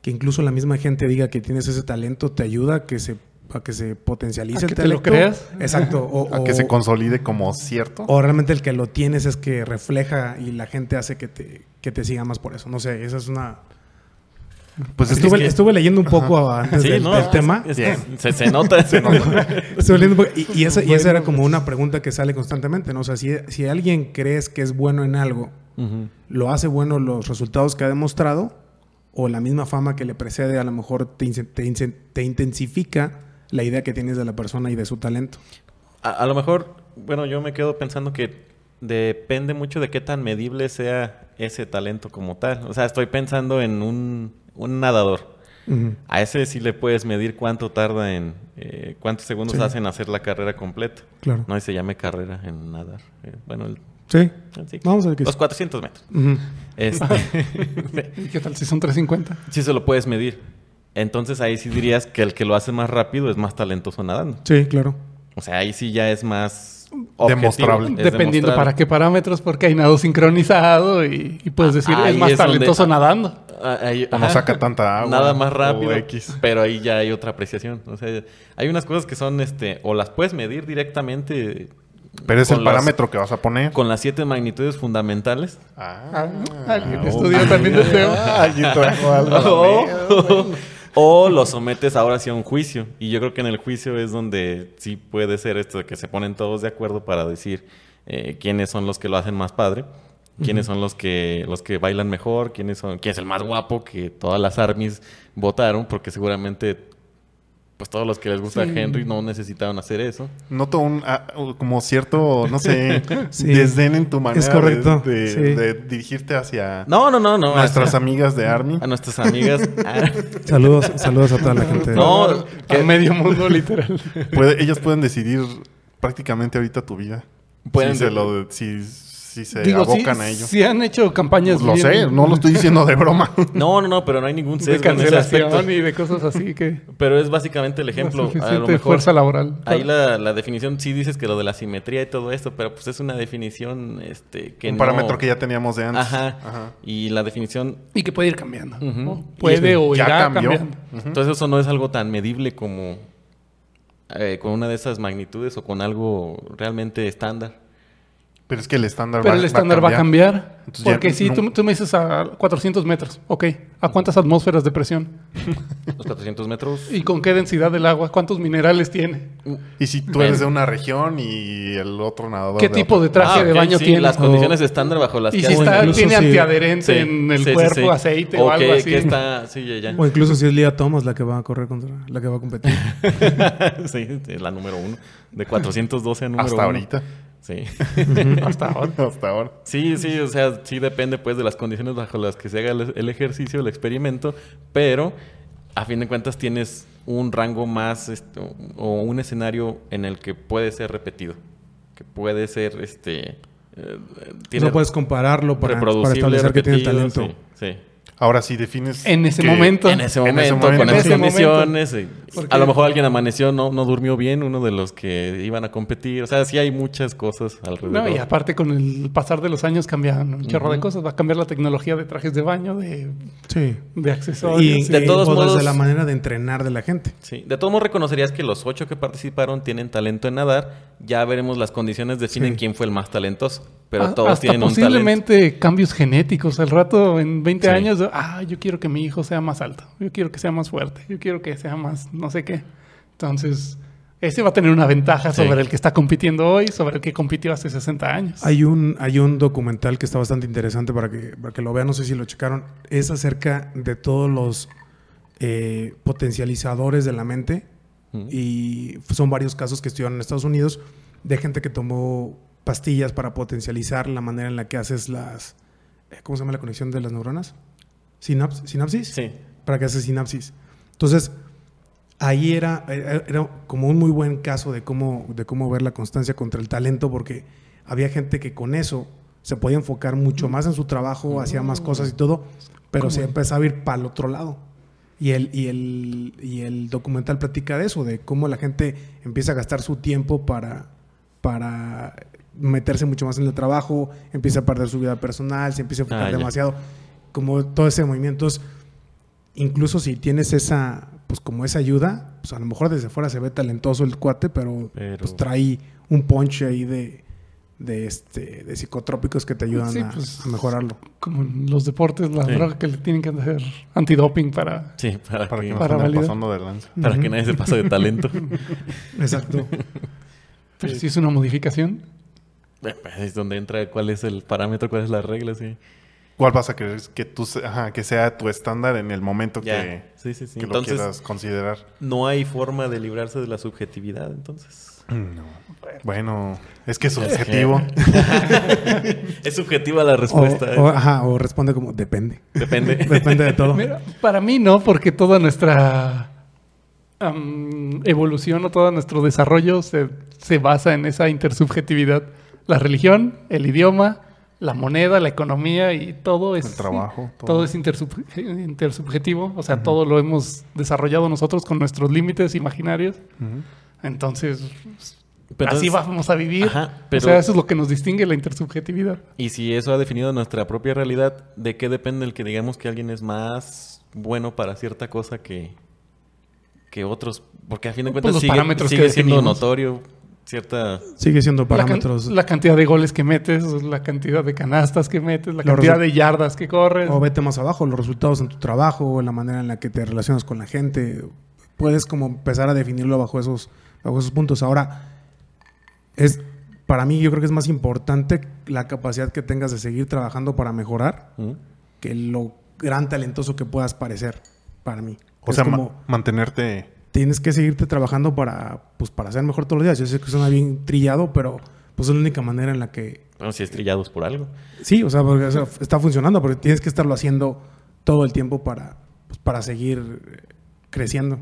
A: que incluso la misma gente diga que tienes ese talento, te ayuda a que se, a que se potencialice
D: A
A: el
D: que te lo
A: talento.
D: creas.
A: Exacto. O,
C: A
A: o-
C: que se consolide como cierto.
A: o realmente el que lo tienes es que refleja y la gente hace que te, que te siga más por eso. No sé, esa es una...
C: Pues es que-
A: estuve,
B: que-
A: estuve leyendo un poco antes
B: Sí,
A: del,
B: no,
A: del
B: es-
A: tema.
B: es- se, se nota. se nota.
A: Estuve leyendo un poco- Y, y esa, y esa era como una pregunta que sale constantemente, ¿no? O sea, si, si alguien crees que es bueno en algo,
B: Ujú.
A: ¿lo hace bueno los resultados que ha demostrado? ¿O la misma fama que le precede a lo mejor te, ince- te ince- te intensifica la idea que tienes de la persona y de su talento?
B: A, a lo mejor, bueno, yo me quedo pensando que depende mucho de qué tan medible sea ese talento como tal. O sea, estoy pensando en un, un nadador. A ese sí le puedes medir cuánto tarda en, eh, cuántos segundos hacen hacer la carrera completa.
A: Claro.
B: No y se llame carrera en nadar. Eh, bueno, el-
A: Sí.
B: el ciclo.
A: Vamos a ver qué
B: los
A: es.
B: 400 metros.
A: Ujú.
B: Este,
D: ¿Y ¿Qué tal si son 350?
B: sí se lo puedes medir. Entonces ahí sí dirías que el que lo hace más rápido es más talentoso nadando.
A: Sí, claro.
B: O sea, ahí sí ya es más
C: Demostrable.
B: objetivo, es
D: Dependiendo
B: demostrable.
D: para qué parámetros, porque hay nado sincronizado y, y puedes decir,
B: Ah, Ahí
D: es más
B: es donde-
D: talentoso nadando.
B: Ah, ahí-
C: O no
B: ajá.
C: saca tanta agua.
B: Nada más
C: o
B: rápido.
C: X.
B: Pero ahí ya hay otra apreciación. O sea, hay unas cosas que son, este, o las puedes medir directamente.
C: Pero es
B: con
C: el
B: las-
C: parámetro que vas a poner.
B: con las siete magnitudes fundamentales.
C: Ah,
D: alguien
C: oh.
D: estudió también de SEO.
C: Ah, alguien trajo algo. a la
B: o,
C: mesa.
B: Oh. o lo sometes ahora sí a un juicio. Y yo creo que en el juicio es donde sí puede ser esto de que se ponen todos de acuerdo para decir eh, quiénes son los que lo hacen más padre, quiénes son los que los que bailan mejor, quiénes son quién es el más guapo que todas las armies votaron porque seguramente pues todos los que les gusta a
D: Sí.
B: Henry no necesitaron hacer eso.
C: Noto un, ah, un- como cierto, no sé,
A: Sí.
C: desdén en tu manera
A: Es correcto,
C: de, de-
A: sí.
C: de dirigirte
D: Ah.
C: hacia
B: No, no, no, no.
C: nuestras
B: a,
C: amigas de Army.
B: a nuestras amigas. Ah,
A: Saludos, saludos a toda la gente.
B: No,
D: que...
B: que-
D: medio mundo literal.
C: Puede- ellas pueden decidir prácticamente ahorita tu vida.
B: Pueden
C: si se,
B: de-
C: lo- si- si se
D: Digo, sí,
C: abocan a ello. Pues
D: sí han hecho campañas
C: lo
D: bien-
C: sé, no lo estoy diciendo de broma.
B: no, no, no, pero no hay ningún
D: de
B: sesgo en ese aspecto.
D: cancelación y de cosas así que...
B: Pero es básicamente el ejemplo.
D: suficiente
B: A lo mejor
D: fuerza laboral.
B: Ahí la, la definición, sí dices que lo de la simetría y todo esto, pero pues es una definición este, que
C: un
B: no-
C: parámetro que ya teníamos de antes.
B: Ajá. Y la definición...
D: Y que puede ir cambiando.
B: Ujú.
D: ¿no? Puede o
C: Ya
D: irá
C: cambió.
D: cambiando.
B: Entonces eso no es algo tan medible como eh, con una de esas magnitudes o con algo realmente estándar.
C: Pero es que el estándar,
D: Pero el estándar va a cambiar.
C: Entonces ya
D: porque si
C: no-
D: tú, tú me dices a 400 metros, ok, ¿a cuántas atmósferas de presión?
B: Los 400 metros. Ah,
D: ¿Y con qué densidad del agua? ¿Cuántos minerales tiene?
C: Y si tú
B: Bueno.
C: eres de una región y el otro nadador.
D: ¿Qué tipo de traje
B: Ah,
D: de
B: ok,
D: baño
B: sí,
D: tiene?
B: Las
D: O-
B: condiciones estándar bajo las
D: Y
B: que
D: si
A: o
B: hacen-
D: está,
A: incluso
D: tiene
A: si-
D: antiadherente
B: Sí,
D: en el
B: sí, sí,
D: cuerpo,
B: sí.
D: aceite
B: Ok,
D: o algo así. Pues
B: que está... Sí, ya, ya.
A: O incluso si es Lía Thomas la que va a correr contra, la que va a competir.
B: sí, es la número uno. De 412 a número
C: Hasta
B: uno.
C: ahorita.
B: Sí.
D: Hasta ahora.
C: Hasta ahora.
B: Sí, sí, o sea, sí depende pues de las condiciones bajo las que se haga el, el ejercicio, el experimento, pero a fin de cuentas tienes un rango más este, o un escenario en el que puede ser repetido, que puede ser este eh, tiene
A: no puedes compararlo para, para establecer que tiene
B: repetido,
A: talento.
B: Sí, sí.
C: Ahora sí defines.
D: En ese
C: que-
D: momento.
B: En ese
C: En ese
B: momento,
C: momento,
B: con esas
D: sí.
B: condiciones, eh,
D: Porque-
B: a lo mejor alguien amaneció, no, no durmió bien, uno de los que iban a competir, o sea, sí hay muchas cosas alrededor.
D: No, y aparte con el pasar de los años cambian un chorro de
B: Ujú.
D: cosas. Va a cambiar la tecnología de trajes de baño, de,
A: Sí.
D: de
A: Y
D: accesorios.
B: de
A: eh,
B: todos
A: o desde
B: modos-
A: la manera de entrenar de la gente.
B: Sí, de todos modos reconocerías que los ocho que participaron tienen talento en nadar. Ya veremos las condiciones definen
A: Sí. Ah,
B: quién fue el más talentoso. Pero
D: A-
B: todos
D: Ah, hasta
B: tienen un talento.
D: posiblemente cambios genéticos. Al rato, en 20
B: Sí.
D: años, ah, yo quiero que mi hijo sea más alto, yo quiero que sea más fuerte, yo quiero que sea más no sé qué. Entonces, ese va a tener una ventaja
B: Sí.
D: sobre el que está compitiendo hoy, sobre el que compitió hace 60 años.
A: Hay un, hay un documental que está bastante interesante para que, para que lo vean, no sé si lo checaron. Es acerca de todos los eh, potencializadores de la mente.
B: Mm.
A: Y son varios casos que estudiaron en Estados Unidos de gente que tomó pastillas para potencializar la manera en la que haces las. eh, ¿Cómo se llama la conexión de las neuronas? ¿Sinaps- ¿Sinapsis?
B: Sí.
A: para que hace sinapsis. Entonces, ahí era, era era como un muy buen caso de cómo, de cómo ver la constancia contra el talento, porque había gente que con eso se podía enfocar mucho más en su trabajo, hacía más cosas y todo, pero se empezaba a ir para el otro lado. Y el, y, el, y el documental platica de eso, de cómo la gente empieza a gastar su tiempo para, para meterse mucho más en el trabajo, empieza a perder su vida personal, se empieza a enfocar
B: Ah, ya.
A: demasiado, como todo ese movimiento. Entonces, incluso si tienes esa, pues como esa ayuda, pues a lo mejor desde fuera se ve talentoso el cuate, pero,
B: Pero-
A: pues trae un punch ahí de, de este, de psicotrópicos que te ayudan
D: Sí,
A: a,
D: pues,
A: a mejorarlo.
D: Como en los deportes, la
B: Sí.
D: droga que le tienen que hacer antidoping para...
B: Sí, para,
C: Para que
B: que,
C: no
D: Para
C: estén
D: validar.
C: pasando de lanza.
B: para que
A: Ujú.
B: nadie se pase de talento.
A: Exacto.
D: Pero pues, si es una modificación.
B: pues, es donde entra cuál es el parámetro, cuál es la regla, sí.
C: ¿Cuál vas a querer que, tú, se- ajá, que sea tu estándar en el momento
B: Ya.
C: que,
B: sí, sí, sí.
C: que lo
B: Entonces,
C: quieras considerar?
B: no hay forma de librarse de la subjetividad, entonces.
C: Bueno, es que es subjetivo.
B: Es subjetiva la
A: o,
B: respuesta. ¿eh?
A: o- ajá, o responde como, depende.
B: Depende.
A: Depende de todo.
D: Mira, para mí no, porque toda nuestra am, evolución o todo nuestro desarrollo se, se basa en esa intersubjetividad. La religión, el idioma, la moneda, la economía y todo es...
C: El trabajo,
D: Todo,
C: todo.
D: es intersub- intersubjetivo. O sea, todo lo hemos desarrollado nosotros con nuestros límites imaginarios.
C: Ujú.
D: Entonces,
B: Pero
D: así
B: entonces-
D: vamos a vivir.
B: Ajá, pero-
D: O sea, eso es lo que nos distingue la intersubjetividad.
B: Y si eso ha definido nuestra propia realidad, ¿de qué depende el que digamos que alguien es más bueno para cierta cosa que, que otros? Porque a fin de
D: Pues
B: cuentas
D: los
B: sigue,
D: parámetros
B: sigue
D: que
B: siendo
D: definimos.
B: notorio cierta...
A: Sigue siendo
D: La can-
A: parámetros.
D: La, cantidad de goles que metes, la cantidad de canastas que metes, la
A: Los
D: cantidad
A: resu-
D: de yardas que corres.
A: O
C: Pues-
A: vete más abajo, los resultados en tu trabajo, la manera en la que te relacionas con la gente. Puedes como empezar a definirlo bajo esos, bajo esos puntos. Ahora, es para mí yo creo que es más importante la capacidad que tengas de seguir trabajando para mejorar
B: ¿Mm?
A: que lo gran talentoso que puedas parecer para mí.
C: O
A: Es
C: sea, ma-
A: como-
C: mantenerte.
A: tienes que seguirte trabajando para, pues, para ser mejor todos los días. Yo sé que suena bien trillado, pero pues es la única manera en la que...
B: Bueno, si estrellados por algo.
A: Sí, o sea, porque, o sea, está funcionando, porque tienes que estarlo haciendo todo el tiempo para, pues, para seguir eh, creciendo.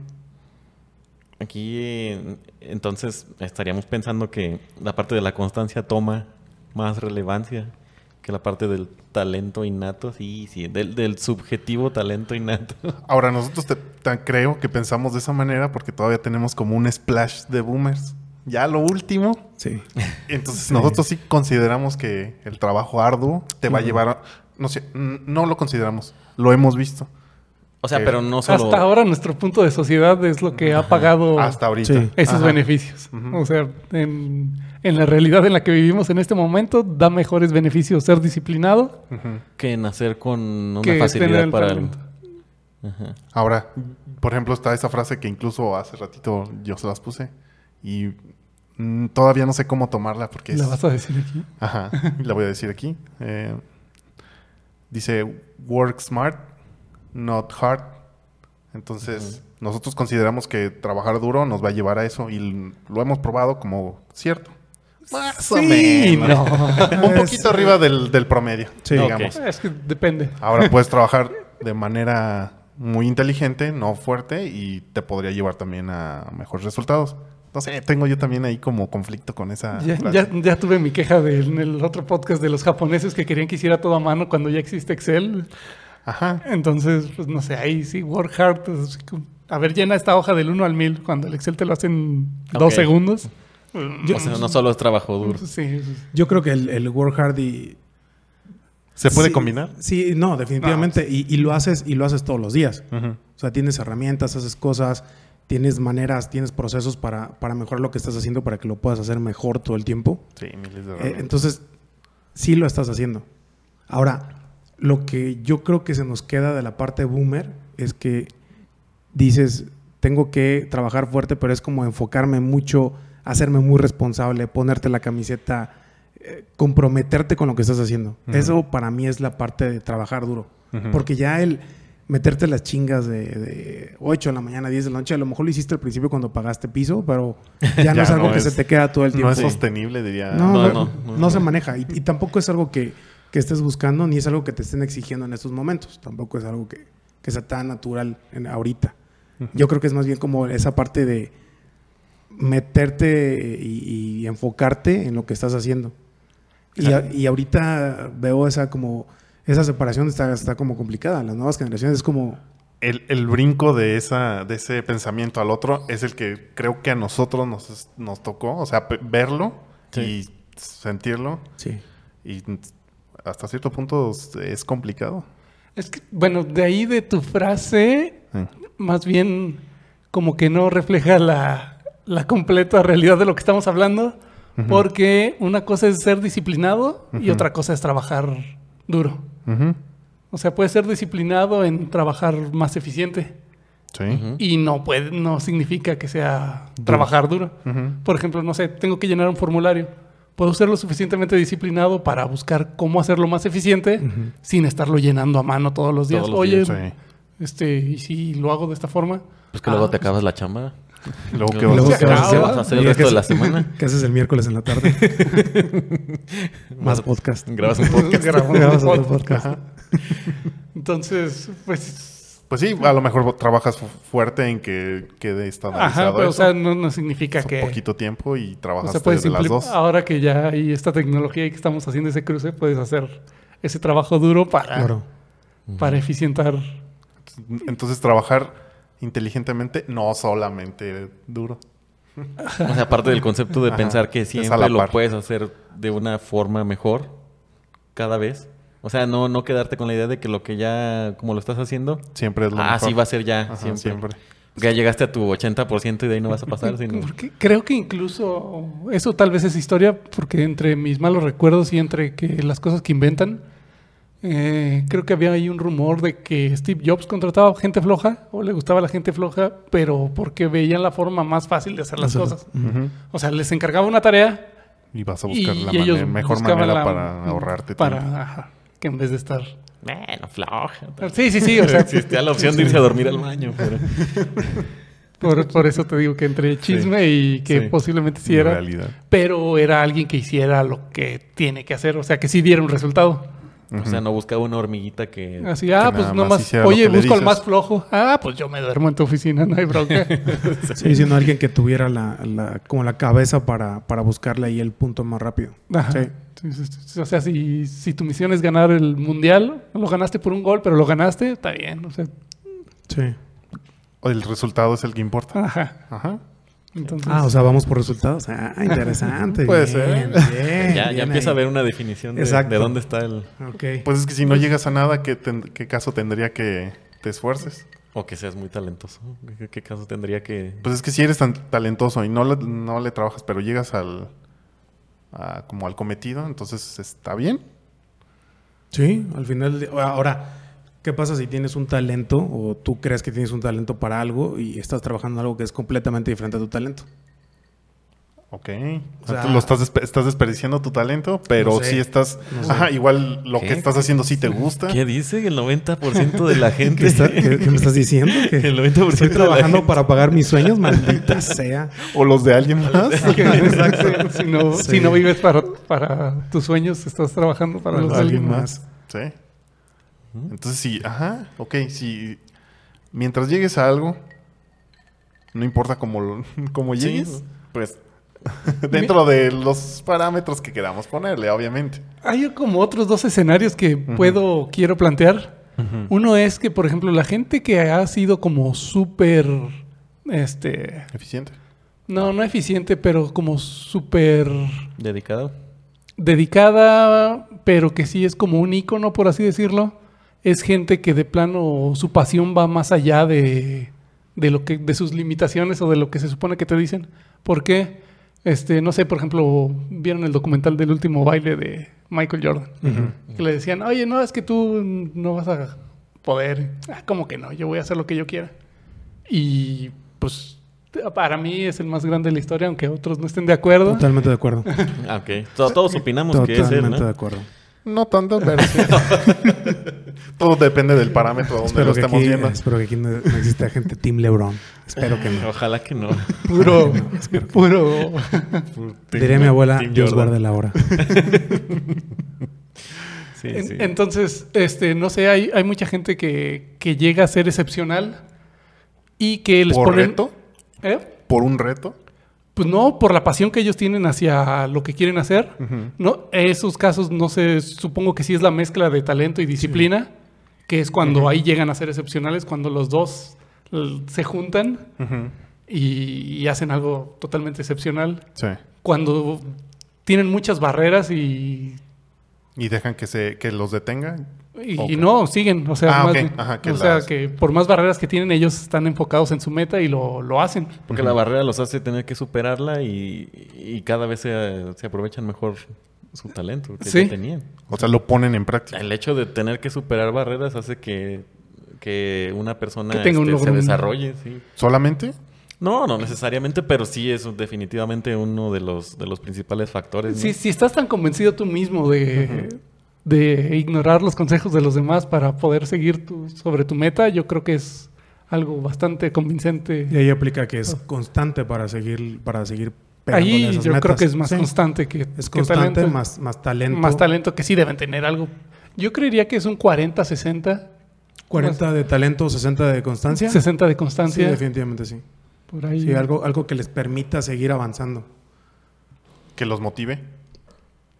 B: Aquí eh, entonces estaríamos pensando que la parte de la constancia toma más relevancia que la parte del talento innato, sí, sí, del, del subjetivo talento innato.
C: Ahora, nosotros te- tan- creo que pensamos de esa manera porque todavía tenemos como un splash de boomers. Ya lo último.
A: Sí.
C: Entonces, nosotros sí consideramos que el trabajo arduo te va a llevar a. No sé, n- no lo consideramos. Lo hemos visto.
B: O sea,
C: Eh,
B: pero no solo.
D: Hasta ahora nuestro punto de sociedad es lo que ha pagado
C: Hasta ahorita.
A: Sí.
D: esos
C: Ajá.
D: beneficios. O sea, en, en la realidad en la que vivimos en este momento, da mejores beneficios ser disciplinado.
B: que nacer con una
D: Que tener
B: facilidad
D: el
B: para el-
D: talento.
B: Ajá.
C: Ahora, por ejemplo, está esa frase que incluso hace ratito yo se las puse y mm, todavía no sé cómo tomarla porque
D: ¿La
C: es-
D: vas a decir aquí?
C: Ajá, la voy a decir aquí. Eh, dice, work smart, not hard. Entonces, nosotros consideramos que trabajar duro nos va a llevar a eso y l- lo hemos probado como cierto. Más o
D: Sí,
C: menos.
D: no.
C: Un poquito arriba del, del promedio,
A: Este, Sí.
C: digamos.
D: Es que depende.
C: Ahora puedes trabajar de manera muy inteligente, no fuerte, y te podría llevar también a mejores resultados. No sé, tengo yo también ahí como conflicto con esa.
D: Ya,
C: frase.
D: ya- ya tuve mi queja de- en el otro podcast de los japoneses que querían que hiciera todo a mano cuando ya existe Excel.
C: Ajá.
D: Entonces, pues no sé, ahí sí, work hard. pues, a ver, llena esta hoja del 1 al 1000 cuando el Excel te lo hacen
B: Ok.
D: dos segundos.
B: O sea, no solo es trabajo duro.
D: Sí, sí.
A: Yo creo que el, el work hard y...
C: ¿Se puede
A: sí,
C: combinar?
A: Sí, no, definitivamente. Y, y lo haces, y lo haces todos los días.
C: Ujú.
A: O sea, tienes herramientas, haces cosas, tienes maneras, tienes procesos para, para mejorar lo que estás haciendo para que lo puedas hacer mejor todo el tiempo.
C: Sí, miles de
A: Eh,
C: dólares.
A: entonces, sí lo estás haciendo. Ahora, lo que yo creo que se nos queda de la parte boomer es que dices, tengo que trabajar fuerte, pero es como enfocarme mucho, hacerme muy responsable, ponerte la camiseta, eh, comprometerte con lo que estás haciendo. Eso para mí es la parte de trabajar duro. Porque ya el meterte las chingas de, de 8 de la mañana, 10 de la noche, a lo mejor lo hiciste al principio cuando pagaste piso, pero ya, no
C: Ya
A: es algo
C: no
A: que
C: es-
A: se te queda todo el tiempo.
C: No es sostenible, diría.
A: No,
B: Ah, No,
A: no,
B: no,
A: no
B: no.
A: se maneja. Y, y tampoco es algo que, que estés buscando, ni es algo que te estén exigiendo en estos momentos. Tampoco es algo que, que sea tan natural en- ahorita. Yo creo que es más bien como esa parte de meterte y, y enfocarte en lo que estás haciendo. Y, a- y ahorita veo esa como esa separación está, está como complicada. Las nuevas generaciones es como
C: El, el brinco de, esa, de ese pensamiento al otro es el que creo que a nosotros nos, nos tocó. O sea, pe- verlo
B: Sí.
C: y sentirlo.
A: sí.
C: Y hasta cierto punto es- es complicado.
D: Es que, bueno, de ahí de tu frase,
C: Sí.
D: más bien como que no refleja la, la completa realidad de lo que estamos hablando, porque una cosa es ser disciplinado y otra cosa es trabajar duro.
C: Ujú.
D: O sea, puedes ser disciplinado en trabajar más eficiente
C: Sí.
B: Ujú.
D: y no puede, no significa que sea trabajar duro.
C: Ujú.
D: Por ejemplo, no sé, tengo que llenar un formulario. Puedo ser lo suficientemente disciplinado para buscar cómo hacerlo más eficiente sin estarlo llenando a mano todos los días.
B: Todos los
D: Oye,
B: días,
C: Sí.
D: este, y si lo hago de esta forma.
B: Pues que luego
D: Ah,
B: te acabas la chamba.
C: Luego que
B: Luego
A: Luego,
C: vas a
A: ¿qué
B: ¿qué
C: hacer?
B: vas a hacer?
D: Ah,
B: ¿Vas a hacer el
A: Oye,
B: resto
A: ¿qué
B: de la
A: haces-
B: semana?
A: ¿Qué haces el miércoles en la tarde? Más podcast.
B: Grabas un podcast.
D: grabamos un
A: Grabamos otro
D: podcast.
A: podcast.
D: Entonces, pues.
C: Pues sí, a lo mejor vo- trabajas fu- fuerte en que quede estandarizado
D: Ajá, pero o
C: eso.
D: sea, no, no significa
C: Es un
D: que.
C: poquito tiempo y
D: o
C: trabajas
D: sea, puedes
C: desde las
D: impli-
C: dos.
D: Ahora que ya hay esta tecnología y que estamos haciendo ese cruce, puedes hacer ese trabajo duro para,
A: Claro.
D: para eficientar.
C: Entonces trabajar inteligentemente, no solamente duro.
B: O sea, aparte del concepto de
C: Ajá.
B: pensar que
C: Es a la
B: siempre lo
C: par.
B: puedes hacer de una forma mejor cada vez. O sea, no, no quedarte con la idea de que lo que ya, como lo estás haciendo,
C: Siempre es lo
B: ah,
C: mejor.
B: sí va a ser ya,
C: Ajá,
B: siempre.
C: siempre.
B: Ya llegaste a tu 80% y de ahí no vas a pasar. Sino...
D: Porque creo que incluso eso tal vez es historia, porque entre mis malos recuerdos y entre que las cosas que inventan, eh, creo que había ahí un rumor de que Steve Jobs contrataba gente floja o le gustaba la gente floja, pero porque veían la forma más fácil de hacer las
A: Hacerlo.
D: cosas. O sea, les encargaba una tarea
C: Y vas a
D: y
C: buscar la
D: ellos
C: mane- mejor
D: buscaban
C: manera
D: la-
C: para ahorrarte tiempo.
D: para ajá, que en vez de estar.
B: Bueno, floja.
D: Sí, sí, sí. O sea,
B: Existía la opción de irse a dormir al baño. Pero...
D: por, por eso te digo que entre chisme y que
C: sí.
D: posiblemente sí
C: En
D: era.
C: realidad.
D: pero era alguien que hiciera lo que tiene que hacer, o sea, que sí diera un resultado.
B: O sea, no buscaba una hormiguita que...
D: Así, ah,
C: nada
D: pues
C: más
D: nomás,
C: hiciera lo
D: oye,
C: que le
D: busco al
C: dices.
D: más flojo. Ah, pues yo me duermo en tu oficina, no hay bronca.
A: Sí, sino alguien que tuviera la, la- como la cabeza para, para buscarle ahí el punto más rápido.
D: Ajá.
A: Sí.
D: Entonces, O sea, si, si tu misión es ganar el mundial, lo ganaste por un gol, pero lo ganaste, está bien. O sea,
A: Sí.
C: El resultado es el que importa.
D: ajá.
C: Ajá.
D: Entonces,
A: Ah, o sea, vamos por resultados. Ah, interesante.
C: Puede
A: Bien,
C: ser.
A: bien,
B: ya
A: bien
B: ya
A: ahí.
B: empieza a haber una definición de,
A: Exacto.
B: de dónde está el...
A: Ok.
C: Pues es que si no llegas a nada, ¿qué, ten- qué caso tendría que, te esfuerces.
B: O que seas muy talentoso. ¿Qué, qué caso tendría que...?
C: Pues es que si eres tan talentoso y no le, no le trabajas, pero llegas al a- como al cometido, entonces está bien.
A: Sí, al final. del día- Ahora, ¿qué pasa si tienes un talento o tú crees que tienes un talento para algo y estás trabajando en algo que es completamente diferente a tu talento?
C: Ok. O sea,
A: sea,
C: tú lo estás, despe- estás desperdiciando tu talento, pero
A: No sé.
C: sí estás.
A: No sé.
C: Ajá, igual lo que
B: ¿Qué?
C: estás haciendo sí te gusta.
B: ¿Qué dice? El 90% de la gente...
A: ¿Qué, está- qué- qué me estás diciendo? Que
B: El 90%
A: estoy
B: de la
A: trabajando
B: gente.
A: para pagar mis sueños, maldita sea.
C: O los de alguien más.
D: Exacto. Si no,
A: Sí.
D: si no vives para, para tus sueños, estás trabajando para los de alguien más.
C: Sí. Entonces sí, ajá, ok, si mientras llegues a algo, no importa cómo, lo- cómo
B: Sí,
C: llegues,
B: pues
C: dentro de los parámetros que queramos ponerle, obviamente.
D: Hay como otros dos escenarios que puedo, quiero plantear. Uno es que, por ejemplo, la gente que ha sido como súper, este,
C: Eficiente.
D: no, no eficiente, pero como súper
B: dedicado.
D: dedicada, pero que sí es como un ícono, por así decirlo, es gente que de plano su pasión va más allá de, de lo que, de sus limitaciones o de lo que se supone que te dicen. ¿Por qué? Este, no sé, por ejemplo, vieron el documental del último baile de Michael Jordan, que le decían, oye, no, es que tú no vas a poder, ah, como que no, yo voy a hacer lo que yo quiera. Y pues para mí es el más grande de la historia, aunque otros no estén de acuerdo.
A: Totalmente de acuerdo.
B: Ah, ok. To- Todos opinamos que es
A: Totalmente
B: él, ¿no?
A: de acuerdo.
C: No tanto, pero sí. Todo depende del parámetro donde lo
A: Espero que,
C: estemos
A: aquí,
C: viendo.
A: espero que aquí no, no exista gente Team LeBron. Espero que no.
B: Ojalá que no.
D: Puro, puro.
A: Diría mi abuela,
B: Team
A: Dios
B: Jordan.
A: guarde la hora.
B: Sí,
D: En-
B: sí.
D: Entonces, este, no sé, hay, hay mucha gente que, que llega a ser excepcional y que les
C: ¿Por
D: ponen.
C: reto?
D: ¿Eh?
C: ¿Por un reto?
D: Pues no, por la pasión que ellos tienen hacia lo que quieren hacer. No, esos casos no sé, supongo que sí es la mezcla de talento y disciplina, que es cuando ahí llegan a ser excepcionales, cuando los dos l- se juntan y, y hacen algo totalmente excepcional.
C: Sí.
D: Cuando tienen muchas barreras y
C: ¿Y dejan que, se, que los detengan?
D: Y,
C: Ok.
D: y no, siguen. O sea,
C: Ah,
D: más
C: ok.
D: bien-
C: Ajá, que
D: o sea
C: las-
D: que por más barreras que tienen, ellos están enfocados en su meta y lo, lo hacen.
B: Porque la barrera los hace tener que superarla y, y cada vez se, se aprovechan mejor su talento que
D: Sí.
B: ya tenían.
C: O sea, lo ponen en práctica.
B: El hecho de tener que superar barreras hace que, que una persona este,
D: Que tenga un
B: se
D: logro.
B: desarrolle, sí.
C: ¿Solamente?
B: No, no necesariamente, pero sí es definitivamente uno de los, de los principales factores. ¿no?
D: Si, si estás tan convencido tú mismo de, de ignorar los consejos de los demás para poder seguir tu- sobre tu meta, yo creo que es algo bastante convincente.
A: Y ahí aplica que es constante para seguir, para seguir pegándole a
D: Ahí
A: esas
D: yo creo
A: metas.
D: que es más
A: Sí.
D: constante que,
A: Es
D: que
A: constante,
D: talento.
A: más, más talento.
D: Más talento que sí deben tener algo. Yo creería que es un 40-60.
A: 40 de talento, 60 de constancia.
D: 60 de
A: Sí,
D: constancia.
A: definitivamente sí.
D: por ahí.
A: Sí, algo, algo que les permita seguir avanzando.
C: ¿Que los motive?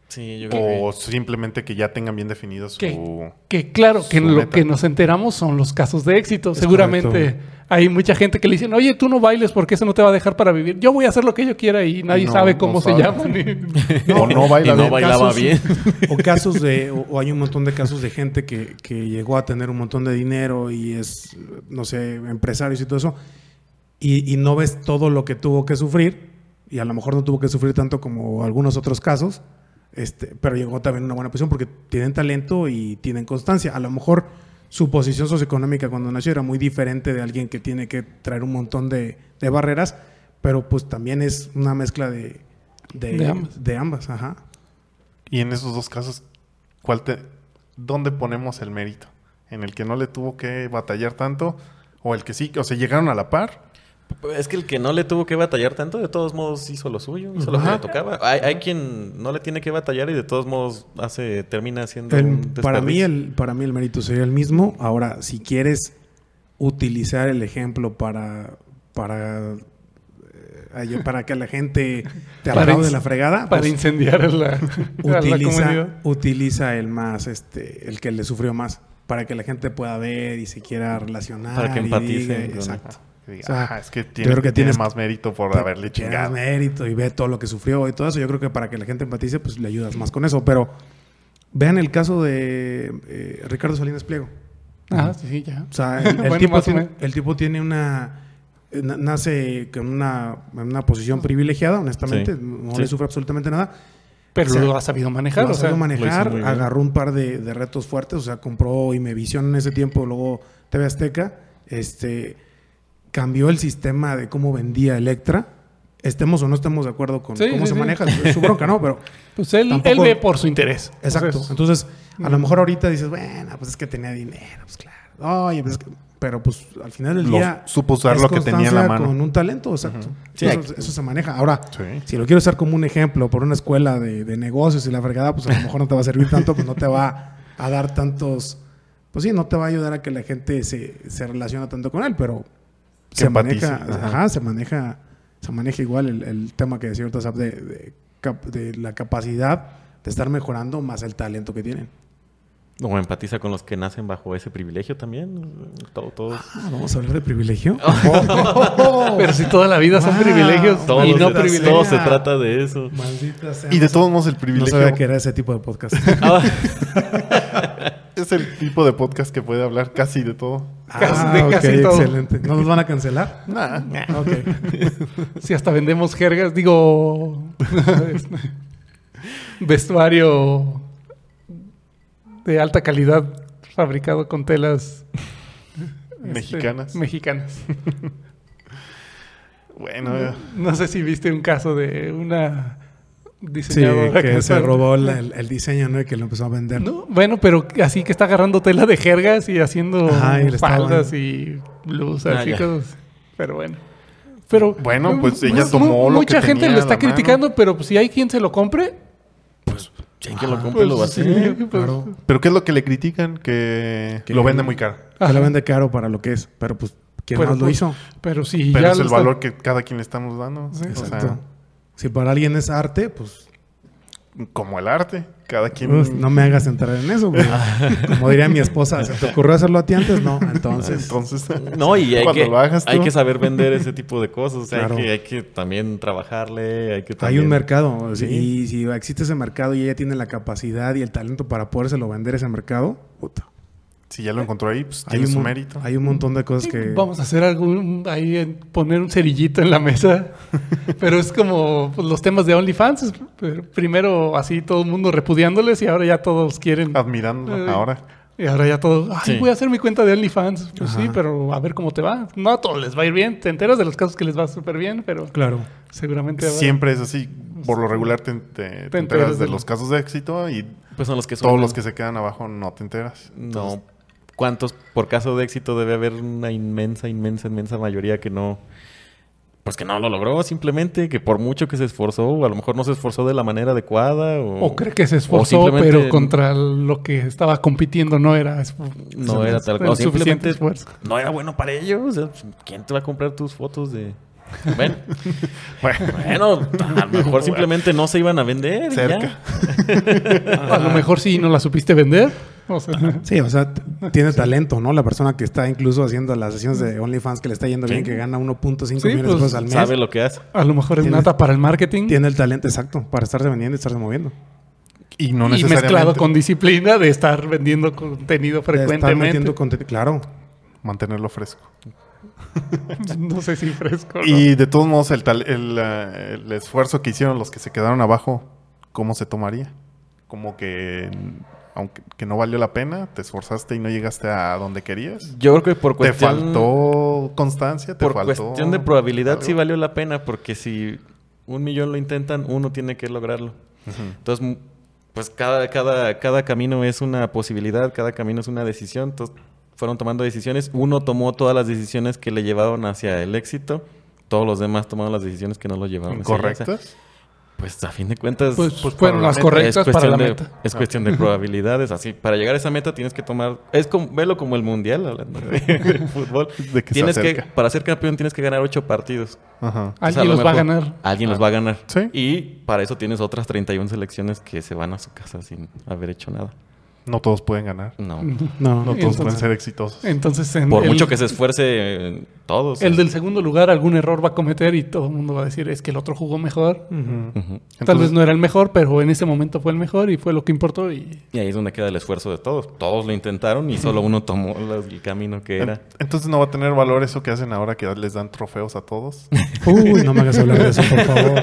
B: Sí, yo creo que-
C: ¿O simplemente que ya tengan bien definido su...
D: ¿Qué? Que claro, que
C: su
D: lo
C: meta.
D: que nos enteramos son los casos de éxito.
A: Es
D: Seguramente
A: correcto.
D: hay mucha gente que le dicen, oye, tú no bailes porque eso no te va a dejar para vivir. Yo voy a hacer lo que yo quiera y nadie
C: No,
D: sabe
C: no
D: cómo
C: sabe.
D: se llama. ni-
C: O no baila
B: y no
C: bien.
B: bailaba
A: Casos-
B: bien.
A: O casos de, o, o hay un montón de casos de gente que, que llegó a tener un montón de dinero y es, no sé, empresarios y todo eso, y, y no ves todo lo que tuvo que sufrir, y a lo mejor no tuvo que sufrir tanto como algunos otros casos, este, pero llegó también a una buena posición porque tienen talento y tienen constancia. A lo mejor su posición socioeconómica cuando nació era muy diferente de alguien que tiene que traer un montón de, de barreras, pero pues también es una mezcla de, de,
D: De ambas.
A: de ambas, ajá.
C: Y en esos dos casos, ¿cuál te- ¿dónde ponemos el mérito? ¿En el que no le tuvo que batallar tanto? ¿O el que sí? O sea, llegaron a la par.
B: Es que el que no le tuvo que batallar tanto, de todos modos hizo lo suyo, hizo lo que
C: Ajá.
B: le tocaba. Hay, hay quien no le tiene que batallar y de todos modos hace, termina haciendo
A: El-
B: un
A: para, mí
B: desperdicio.
A: el, para mí el mérito sería el mismo. Ahora, si quieres utilizar el ejemplo para, para, eh, ay- para que la gente te
D: Para
A: aplaude
D: ins-
A: la fregada,
D: para
A: pues,
D: incendiar a la, a la
A: utiliza,
D: comunidad.
A: utiliza el más, este, el que le sufrió más, para que la gente pueda ver y se quiera relacionar.
B: Para que
A: y
B: empaticen
A: diga-
B: con-
A: exacto.
C: Que diga,
A: O sea,
C: "Ah, es que
A: yo
C: tiene,
A: creo que
C: tiene
A: tienes-
C: más mérito por
A: Te-
C: haberle
A: tienes
C: chingado.
A: mérito y ve todo lo que sufrió y todo eso. Yo creo que para que la gente empatice, pues le ayudas más con eso. Pero vean el caso de eh, Ricardo Salinas Pliego.
D: Ah, sí, sí, ya.
A: O sea, el, el
D: Bueno,
A: tipo,
D: más o
A: tiene,
D: menos.
A: el tipo tiene una. na- Nace con una, en una posición privilegiada, honestamente.
B: Sí.
A: No
B: Sí.
A: le sufre absolutamente nada.
D: Pero
A: O sea,
D: lo ha sabido manejar.
A: lo
D: o sea,
A: sabido manejar,
B: lo hizo muy bien.
A: agarró un par de, de retos fuertes, o sea, compró Imevisión en ese tiempo, luego TV Azteca, este, cambió el sistema de cómo vendía Electra, estemos o no estemos de acuerdo con
D: Sí,
A: cómo
D: sí,
A: se
D: sí.
A: maneja, es su bronca, ¿no? Pero,
D: Pues él,
A: Tampoco-
D: él ve por su interés.
A: exacto,
D: Entonces,
A: entonces, a lo mejor ahorita dices, bueno, pues es que tenía dinero, pues claro, oye, pues es que- pero pues al final del
C: Lo-
A: día...
C: supo usar
A: es
C: lo que tenía en la
A: constancia
C: mano.
A: Con un talento, exacto.
B: Sí,
A: Entonces,
B: aquí-
A: eso se maneja. Ahora,
C: Sí.
A: si lo quiero usar como un ejemplo por una escuela de, de negocios y la fregada, pues a lo mejor no te va a servir tanto, pues no te va a dar tantos. Pues sí, no te va a ayudar a que la gente se, se relaciona tanto con él, pero
C: Que
A: se maneja,
C: empatice, ajá.
A: ajá, se maneja, se maneja igual el, el tema que decía ahorita Zap de, de cap- de la capacidad de estar mejorando más el talento que tienen.
B: O empatiza con los que nacen bajo ese privilegio también. Todo, todos.
A: Ah, vamos a hablar de privilegio.
D: Pero si toda la vida son
A: Wow.
D: privilegios
B: Todo,
D: y
B: se,
D: no
B: tra-
D: privilegios.
B: todo se trata de eso.
A: Maldita sea.
C: Y de
A: no
C: todos modos el
A: sabía- No
C: privilegio
A: sabía que era ese tipo de podcast.
B: Ah,
C: es el tipo de podcast que puede hablar casi de todo.
D: Casi- de
A: Ah, ok,
D: casi todo.
A: excelente. ¿No nos van a cancelar?
C: Nah.
A: Ok.
D: Si hasta vendemos jergas, digo. este, vestuario de alta calidad fabricado con telas este,
C: Mexicanas.
D: mexicanas.
C: Bueno, eh,
D: No sé si viste un caso de una
A: Sí,
D: diseñadora
A: que se
D: está-
A: robó la- el, el diseño, ¿no? Y que lo empezó a vender.
D: No, bueno, pero así que está agarrando tela de jergas y haciendo
A: Ajá, y le está
D: faldas
A: dando.
D: y blusas,
B: Ah, ya.
D: chicos. Pero bueno. Pero
C: Bueno, pues,
D: mu-
C: ella
D: mu-
C: tomó lo
D: mucha
C: que
D: gente
C: tenía
D: lo
C: a la
D: está
C: mano.
D: criticando, pero pues, si hay quien se lo compre,
B: sí, que lo compre
D: pues
B: lo va a hacer.
D: sí, pues,
A: Claro.
C: pero ¿qué es lo que le critican? Que
A: Que-
C: lo vende muy caro.
A: Que lo vende caro para lo que es. Pero pues, ¿quién
D: Pero,
A: más lo
D: pues,
A: hizo?
D: Pero si
C: Pero
D: ya
C: es
D: lo
C: el
D: está-
C: valor que cada quien le estamos dando.
D: Sí,
C: o sea,
A: Exacto. si para alguien es arte, pues
C: como el arte. Cada quien.
A: pues, no me hagas entrar en eso. güey. Como diría mi esposa, ¿se te ocurrió hacerlo a ti antes? No, entonces.
C: Entonces.
B: No, y hay
C: cuando
B: que,
C: lo hagas tú,
B: hay que saber vender ese tipo de cosas. O sea,
A: Claro.
B: hay, que, hay que también trabajarle. Hay, que
A: Hay
B: también-
A: un mercado.
B: Sí.
A: Y si existe ese mercado y ella tiene la capacidad y el talento para podérselo vender ese mercado, puta,
C: Si ya lo encontró ahí, pues
A: hay,
C: tiene
A: un,
C: su
A: mon-
C: mérito.
A: hay un montón de cosas
D: Sí,
A: que.
D: Vamos a hacer algún. Ahí en- poner un cerillito en la mesa. pero es como pues, los temas de OnlyFans. es- pero Primero así todo el mundo repudiándoles y ahora ya todos quieren.
C: Ah. Admirándolo
D: Eh,
C: ahora.
D: Y ahora ya todos. Ay,
B: Sí.
D: voy a hacer mi cuenta de OnlyFans. Pues sí,
A: Ajá.
D: pero a ver cómo te va. No a todos les va a ir bien. Te enteras de los casos que les va súper bien, pero
A: Claro.
D: seguramente. va-
C: Siempre es así. Por lo regular te, te- te enteras de los casos de éxito y
B: Pues son los que
C: todos
B: suenan.
C: los que se quedan abajo no te enteras.
B: No. ¿Cuántos por caso de éxito debe haber una inmensa, inmensa, inmensa mayoría que no. Pues que no lo logró, simplemente que por mucho que se esforzó, a lo mejor no se esforzó de la manera adecuada. O,
D: O cree que se
B: o
D: esforzó,
B: simplemente
D: pero contra lo que estaba compitiendo no era. esfor-
B: No era tal
D: el
B: cual. Simplemente
D: suficiente esfuerzo.
B: no era bueno para ellos. O sea, ¿Quién te va a comprar tus fotos de.? Bueno,
C: Bueno,
B: bueno, a lo mejor simplemente no se iban a vender. y ya.
C: Cerca.
D: A lo mejor sí no la supiste vender. O sea,
A: Sí, o sea, t- tiene talento, ¿no? La persona que está incluso haciendo las sesiones de OnlyFans que le está yendo
B: Sí.
A: bien, que gana 1.5
D: Sí,
A: millones de
D: pues,
A: pesos al mes.
B: Sabe lo que hace.
D: a lo mejor es
A: Tienes-
D: nata para el marketing
A: Tiene el talento exacto para estarse vendiendo y estarse moviendo.
C: Y no
D: y
C: necesariamente.
D: mezclado con disciplina de estar vendiendo contenido
A: De Estar
D: frecuentemente.
A: metiendo contenido. Claro.
C: Mantenerlo fresco.
D: No sé si fresco. ¿no?
C: Y de todos modos, el, tal- el, eh, el esfuerzo que hicieron los que se quedaron abajo, ¿cómo se tomaría? Como que, aunque que no valió la pena, te esforzaste y no llegaste a donde querías.
B: Yo creo que por
C: Te
B: cuestión.
C: faltó constancia, te
B: por
C: faltó.
B: cuestión de probabilidad sí
C: algo.
B: valió la pena, porque si un millón lo intentan, uno tiene que lograrlo. Entonces, mu- pues cada, cada, cada camino es una posibilidad, cada camino es una decisión. Entonces, fueron tomando decisiones. Uno tomó todas las decisiones que le llevaron hacia el éxito. Todos los demás tomaron las decisiones que no lo llevaron. hacia allá. O sea,
C: ¿Correctas?
B: pues a fin de cuentas.
D: pues,
C: pues,
D: fueron
C: para la
D: las
C: meta,
D: correctas para la
B: de,
D: meta.
B: es cuestión de probabilidades. Así, para llegar a esa meta tienes que tomar. Es como, velo como el mundial, hablando de, de fútbol.
C: De que se
B: tienes que,
C: acerca.
B: para ser campeón tienes que ganar ocho partidos.
C: Ajá.
B: Entonces,
D: Alguien
B: lo
D: los va a
B: mejor
D: ganar. Ah.
B: Alguien los va a ganar.
C: Sí.
B: Y para eso tienes otras 31 selecciones que se van a su casa sin haber hecho nada.
C: No todos pueden ganar.
B: No.
A: No.
C: No todos
D: Entonces-
C: pueden ser exitosos.
D: Entonces, en
B: Por
D: el-
B: mucho que se esfuerce eh, todos.
D: El del segundo lugar algún error va a cometer y todo el mundo va a decir, es que el otro jugó mejor.
A: Ujú.
B: Ujú.
D: Tal
C: Entonces-
D: vez no era el mejor, pero en ese momento fue el mejor y fue lo que importó. Y
B: Y ahí es donde queda el esfuerzo de todos. Todos lo intentaron y solo uno tomó los- el camino que era.
C: en- Entonces no va a tener valor eso que hacen ahora que les dan trofeos a todos
A: Uy, no me hagas hablar de eso, por favor.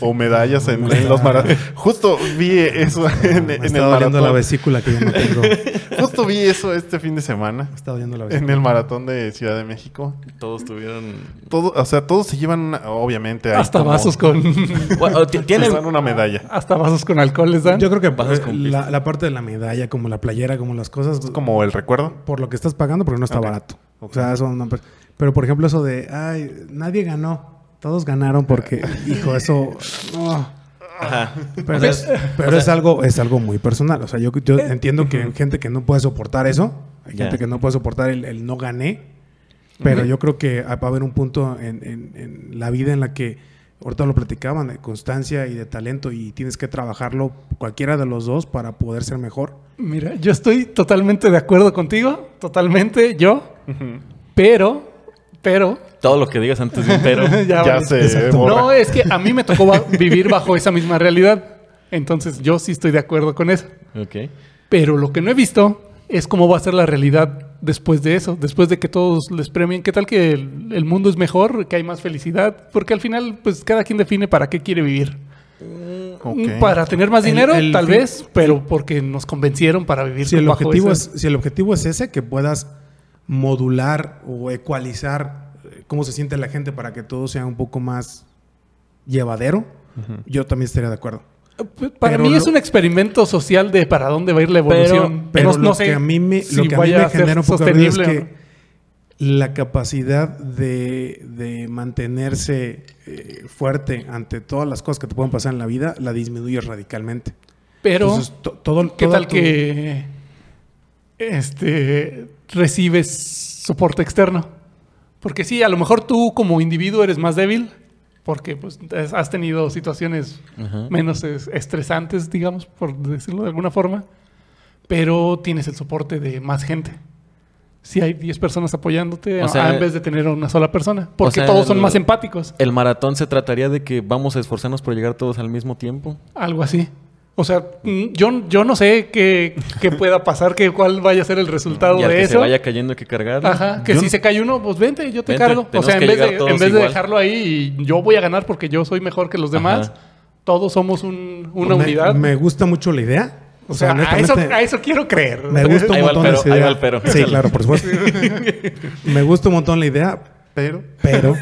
C: o medallas en, en los maratones. Justo vi eso en,
A: Me
C: en el
A: está doliendo la
C: maratón.
A: vesícula que yo no tengo. Me
C: Justo vi eso este fin de semana
A: está doliendo la vesícula.
C: en el maratón de Ciudad de México.
B: Todos tuvieron
C: Todo, o sea, todos se llevan una- obviamente hay
D: hasta
C: como-
D: vasos con...
B: Bueno, o ti- tiene-
C: les dan una medalla.
D: hasta vasos con alcohol les dan.
A: Yo creo que
B: Vasos
A: eh,
B: con
A: la, la parte de la medalla, como la playera, como las cosas,
C: Es como el recuerdo.
A: por lo que estás pagando, porque no está
C: Ok.
A: barato. O sea, eso no- Pero por ejemplo, eso de, ay, nadie ganó. Todos ganaron porque, hijo, eso. no.
B: Ajá.
A: Pero,
B: O sea, Eh,
A: es, pero es algo es algo muy personal. O sea, yo, yo entiendo que hay gente que no puede soportar eso. Hay
B: Ya.
A: gente que no puede soportar el, el no gané. Pero yo creo que va a haber un punto en, en- en la vida en la que, ahorita lo platicaban, de constancia y de talento, y tienes que trabajarlo cualquiera de los dos para poder ser mejor.
D: Mira, yo estoy totalmente de acuerdo contigo, totalmente yo, pero, pero,
B: todo lo que digas antes de un pero.
D: ya,
C: ya
D: vale.
C: se
A: Exacto.
C: borra.
D: No, es que a mí me tocó ba- vivir bajo esa misma realidad. Entonces yo sí estoy de acuerdo con eso.
B: ok.
D: Pero lo que no he visto es cómo va a ser la realidad después de eso, después de que todos les premien. ¿Qué tal que el, el mundo es mejor, que hay más felicidad? Porque al final, pues cada quien define para qué quiere vivir.
C: Ok.
D: Para tener más
A: El-
D: dinero,
A: el
D: tal
A: fin-
D: vez, pero porque nos convencieron para vivir
A: Si el,
D: bajo
A: objetivo
D: esa-
A: es, si el objetivo es ese, que puedas modular o ecualizar eh, cómo se siente la gente para que todo sea un poco más llevadero, yo también estaría de acuerdo.
D: Para
A: Pero
D: mí
A: lo-
D: es un experimento social de para dónde va a ir la evolución.
A: Pero
D: no,
A: lo
D: no sé
A: que a mí me,
D: si
A: lo que a mí
D: vaya
A: me
D: a ser
A: genera un poco de ruido es
D: sostenible o
A: que la capacidad de, de mantenerse eh, fuerte ante todas las cosas que te pueden pasar en la vida la disminuyes radicalmente.
D: no. Pero
A: Entonces, to- todo,
D: ¿qué
A: pues, toda
D: tal
A: tu-
D: que este recibes soporte externo? Porque sí, a lo mejor tú como individuo eres más débil porque pues es- has tenido situaciones
B: Ajá.
D: menos es- estresantes, digamos, por decirlo de alguna forma, pero tienes el soporte de más gente. Si hay 10 personas apoyándote,
B: O
D: a-
B: sea,
D: en vez de tener a una sola persona, porque
B: sea,
D: todos son
B: el-
D: más empáticos,
B: ¿El maratón se trataría de que vamos a esforzarnos por llegar todos al mismo tiempo?
D: algo así. O sea, mm, yo, yo no sé qué, qué pueda pasar, que cuál vaya a ser el resultado
B: Y al
D: de
B: que
D: eso.
B: se vaya cayendo hay que cargarlo.
D: Ajá, que
C: Yo
D: si
C: no-
D: se cae uno, pues vente, yo te
B: Vente,
D: cargo. O
B: tenemos
D: sea, en
B: que
D: vez,
B: llegar
D: de,
B: todos
D: en vez de
B: igual.
D: dejarlo ahí y yo voy a ganar porque yo soy mejor que los demás,
B: Ajá.
D: todos somos un- una
A: me,
D: unidad.
A: Me gusta mucho la idea.
D: o sea, a, eso,
A: honestamente,
D: a eso quiero creer.
A: Me gusta un
B: Ahí va el
A: montón
B: pero,
A: esa
B: ahí
A: idea.
B: va el pero.
A: Sí, claro, por supuesto. me gusta un montón la idea,
C: Pero
A: pero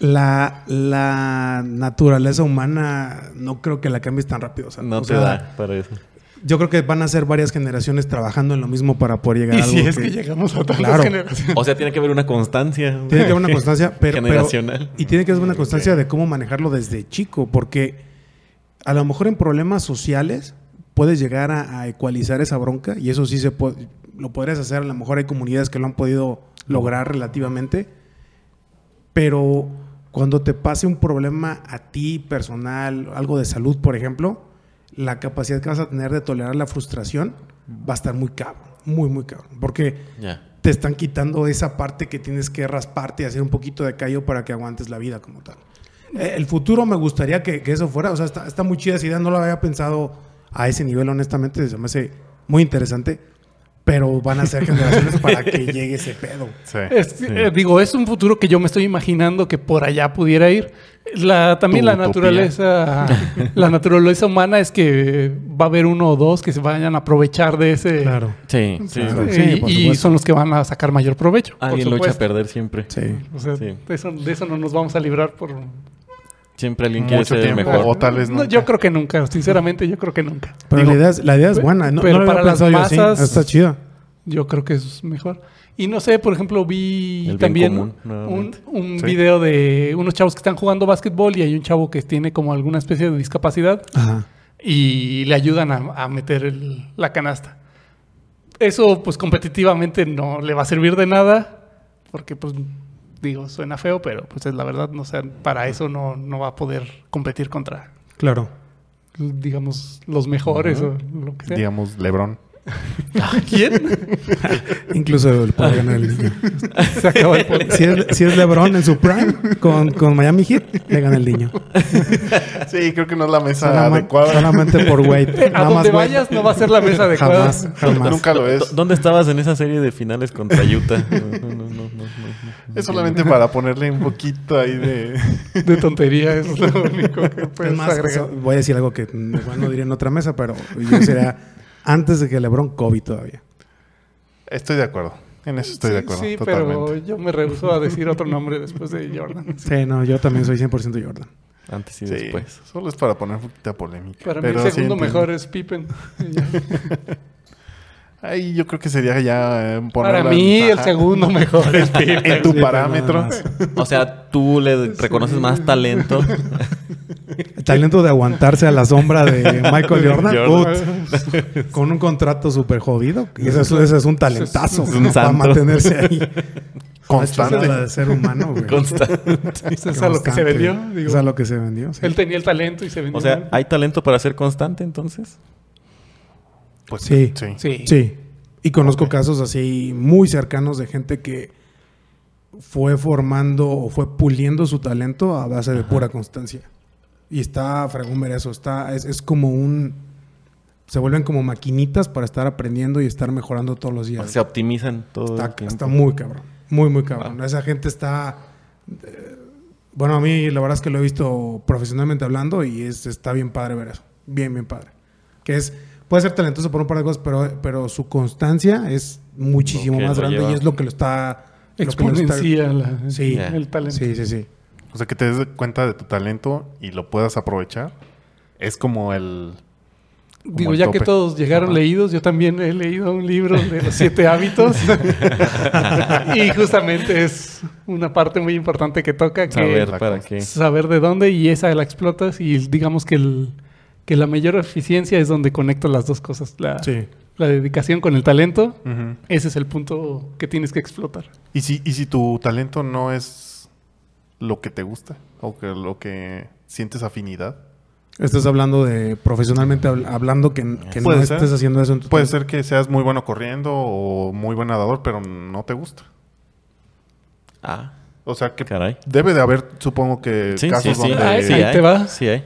A: la, la naturaleza humana no creo que la cambies tan rápido. O sea,
B: No
A: o
B: te
A: sea,
B: da para eso.
A: Yo creo que van a ser varias generaciones trabajando en lo mismo para poder llegar
D: Y
A: a algo
D: si es que, llegamos a todas
A: Claro.
D: las generaciones.
B: O sea, tiene que haber una constancia.
A: Tiene que haber una constancia pero, pero-
B: Generacional.
A: y tiene que haber una constancia de cómo manejarlo desde chico, porque a lo mejor en problemas sociales puedes llegar a, a ecualizar esa bronca y eso sí se puede, lo podrías hacer. A lo mejor hay comunidades que lo han podido lograr relativamente, pero cuando te pase un problema a ti personal, algo de salud, por ejemplo, la capacidad que vas a tener de tolerar la frustración va a estar muy cabrón, muy, muy cabrón, porque
B: Ya.
A: te están quitando esa parte que tienes que rasparte y hacer un poquito de callo para que aguantes la vida como tal. Eh, El futuro me gustaría que, que eso fuera, o sea, está, está muy chida esa idea, no la había pensado a ese nivel, honestamente, se me hace muy interesante, pero van a ser generaciones para que llegue ese pedo.
C: sí.
D: Es- eh, digo, es un futuro que yo me estoy imaginando que por allá pudiera ir. La, también
B: Tu
D: la
B: utopía.
D: naturaleza, la naturaleza humana es que va a haber uno o dos que se vayan a aprovechar de ese.
B: Sí, sí.
A: Claro.
D: Y-
A: Sí, por
D: y,
A: supuesto.
D: son los que van a sacar mayor provecho. por
B: Alguien lucha a
D: supuesto.
B: perder siempre.
A: Sí.
D: O sea,
B: Sí.
D: de, eso, de eso no nos vamos a librar por
B: Siempre alguien quiere
C: Mucho
B: ser el
C: tiempo.
B: mejor.
C: O tal vez
D: no,
C: nunca.
D: yo creo que nunca, sinceramente, yo creo que nunca.
A: Pero
D: Digo,
A: la, idea es, la idea es buena, no,
D: pero
A: no la había
D: para las
A: pensado yo así,
D: masas-
A: está chida.
D: Yo creo que es mejor. Y no sé, por ejemplo, vi
B: El bien
D: también
B: común,
D: un,
B: nuevamente.
D: un
C: Sí.
D: video de unos chavos que están jugando básquetbol y hay un chavo que tiene como alguna especie de discapacidad
A: Ajá.
D: y le ayudan a, a meter el- la canasta. Eso pues competitivamente no le va a servir de nada porque pues digo, suena feo, pero pues es la verdad, no sé, para eso no, no va a poder competir contra
A: Claro.
D: digamos los mejores o lo que sea.
C: digamos Lebron.
D: ¿Quién?
A: Incluso él puede ganar el niño.
D: Se acabó el podcast.
A: Si es, si es LeBron en su prime con, con Miami Heat, le gana el niño.
C: Sí, creo que no es la mesa
A: Solama-
C: adecuada.
A: solamente por Wade.
D: Eh, A
A: Nada más
D: donde
A: Wade.
D: vayas no va a ser la mesa adecuada.
A: Jamás, jamás.
C: Nunca lo es.
B: ¿Dónde estabas en esa serie de finales contra Utah? No, no, no, no, no, no.
C: Es solamente para ponerle un poquito ahí de...
D: De tontería, eso es lo único que puedes
A: Es más,
D: agregar.
A: so- voy a decir algo que mm, igual no diría en otra mesa, pero yo sería antes de que LeBron, Kobe todavía.
C: Estoy de acuerdo. En eso estoy de
D: Sí,
C: acuerdo.
D: Sí,
C: totalmente.
D: pero yo me rehuso a decir otro nombre después de Jordan.
A: Sí, no, yo también soy 100% Jordan.
B: Antes y
C: Sí,
B: después.
C: solo es para poner un poquito polémica.
D: Para
C: pero
D: mí
C: sí
D: el segundo
C: entiendo.
D: mejor es Pippen. Y ya.
C: Ahí yo creo que sería ya eh, ponerla
D: Para
C: en-
D: mí el
C: ajá,
D: segundo mejor es Pippen.
C: En tu
A: Sí,
C: parámetro.
A: pero nada
B: O sea, tú le reconoces más talento.
A: El talento de aguantarse a la sombra de Michael Jordan,
B: Jordan.
A: ut, con un contrato súper jodido. Ese es, ese es un talentazo
B: Es un
A: para
B: santo.
A: mantenerse ahí.
C: Constante.
A: Una chulada de ser humano, güey.
B: Constante.
D: Eso es a lo que
A: Constante.
D: se vendió. digo.
A: Es a lo que se vendió. sí.
D: Él tenía el talento y se vendió.
B: O sea,
D: mal.
B: ¿hay talento para ser constante entonces?
C: Pues
A: Sí.
C: sí.
D: sí.
A: Sí. Y conozco casos así muy cercanos de gente que fue formando o fue puliendo su talento a base de pura constancia. Y está fregón ver eso. Está, es, es como un. Se vuelven como maquinitas para estar aprendiendo y estar mejorando todos los días.
B: Se optimizan todo. el
A: está,
B: tiempo.
A: está muy cabrón. Muy, muy cabrón. Esa gente está. eh, bueno, a mí la verdad es que lo he visto profesionalmente hablando y es, está bien padre ver eso. Bien, bien padre. Que es. Puede ser talentoso por un par de cosas, pero, pero su constancia es muchísimo
B: Lo que
A: más
B: lo
A: grande
B: lleva.
A: y es lo que lo está. lo que lo está-
D: Exponencia la-
A: Sí.
B: Ya.
D: el talento.
A: Sí, sí, sí.
C: O sea, que te des cuenta de tu talento y lo puedas aprovechar. Es como el... como
D: Digo,
C: el
D: ya
C: tope.
D: que todos llegaron
C: Ajá.
D: leídos, yo también he leído un libro de los siete hábitos. y justamente es una parte muy importante que toca, que
B: Saber
C: la
B: para
C: const-
B: qué.
D: saber de dónde y esa la explotas y digamos que, el, que la mayor eficiencia es donde conecto las dos cosas, la,
A: Sí.
D: la dedicación con el talento.
C: Ujú.
D: Ese es el punto que tienes que explotar.
C: ¿Y, si, y si tu talento no es lo que te gusta o que lo que sientes afinidad.
A: Estás hablando de profesionalmente habl- hablando que, que no
C: Puede ser.
A: estés haciendo eso en tu
C: Puede
A: tiempo.
C: ser que seas muy bueno corriendo o muy buen nadador, pero no te gusta.
B: Ah,
C: O sea, que
B: caray.
C: debe de haber, supongo que
B: Sí, sí,
C: casos
B: sí. Ah,
C: donde...
D: Ay,
B: sí
D: ahí
B: hay,
D: te va.
B: Sí hay.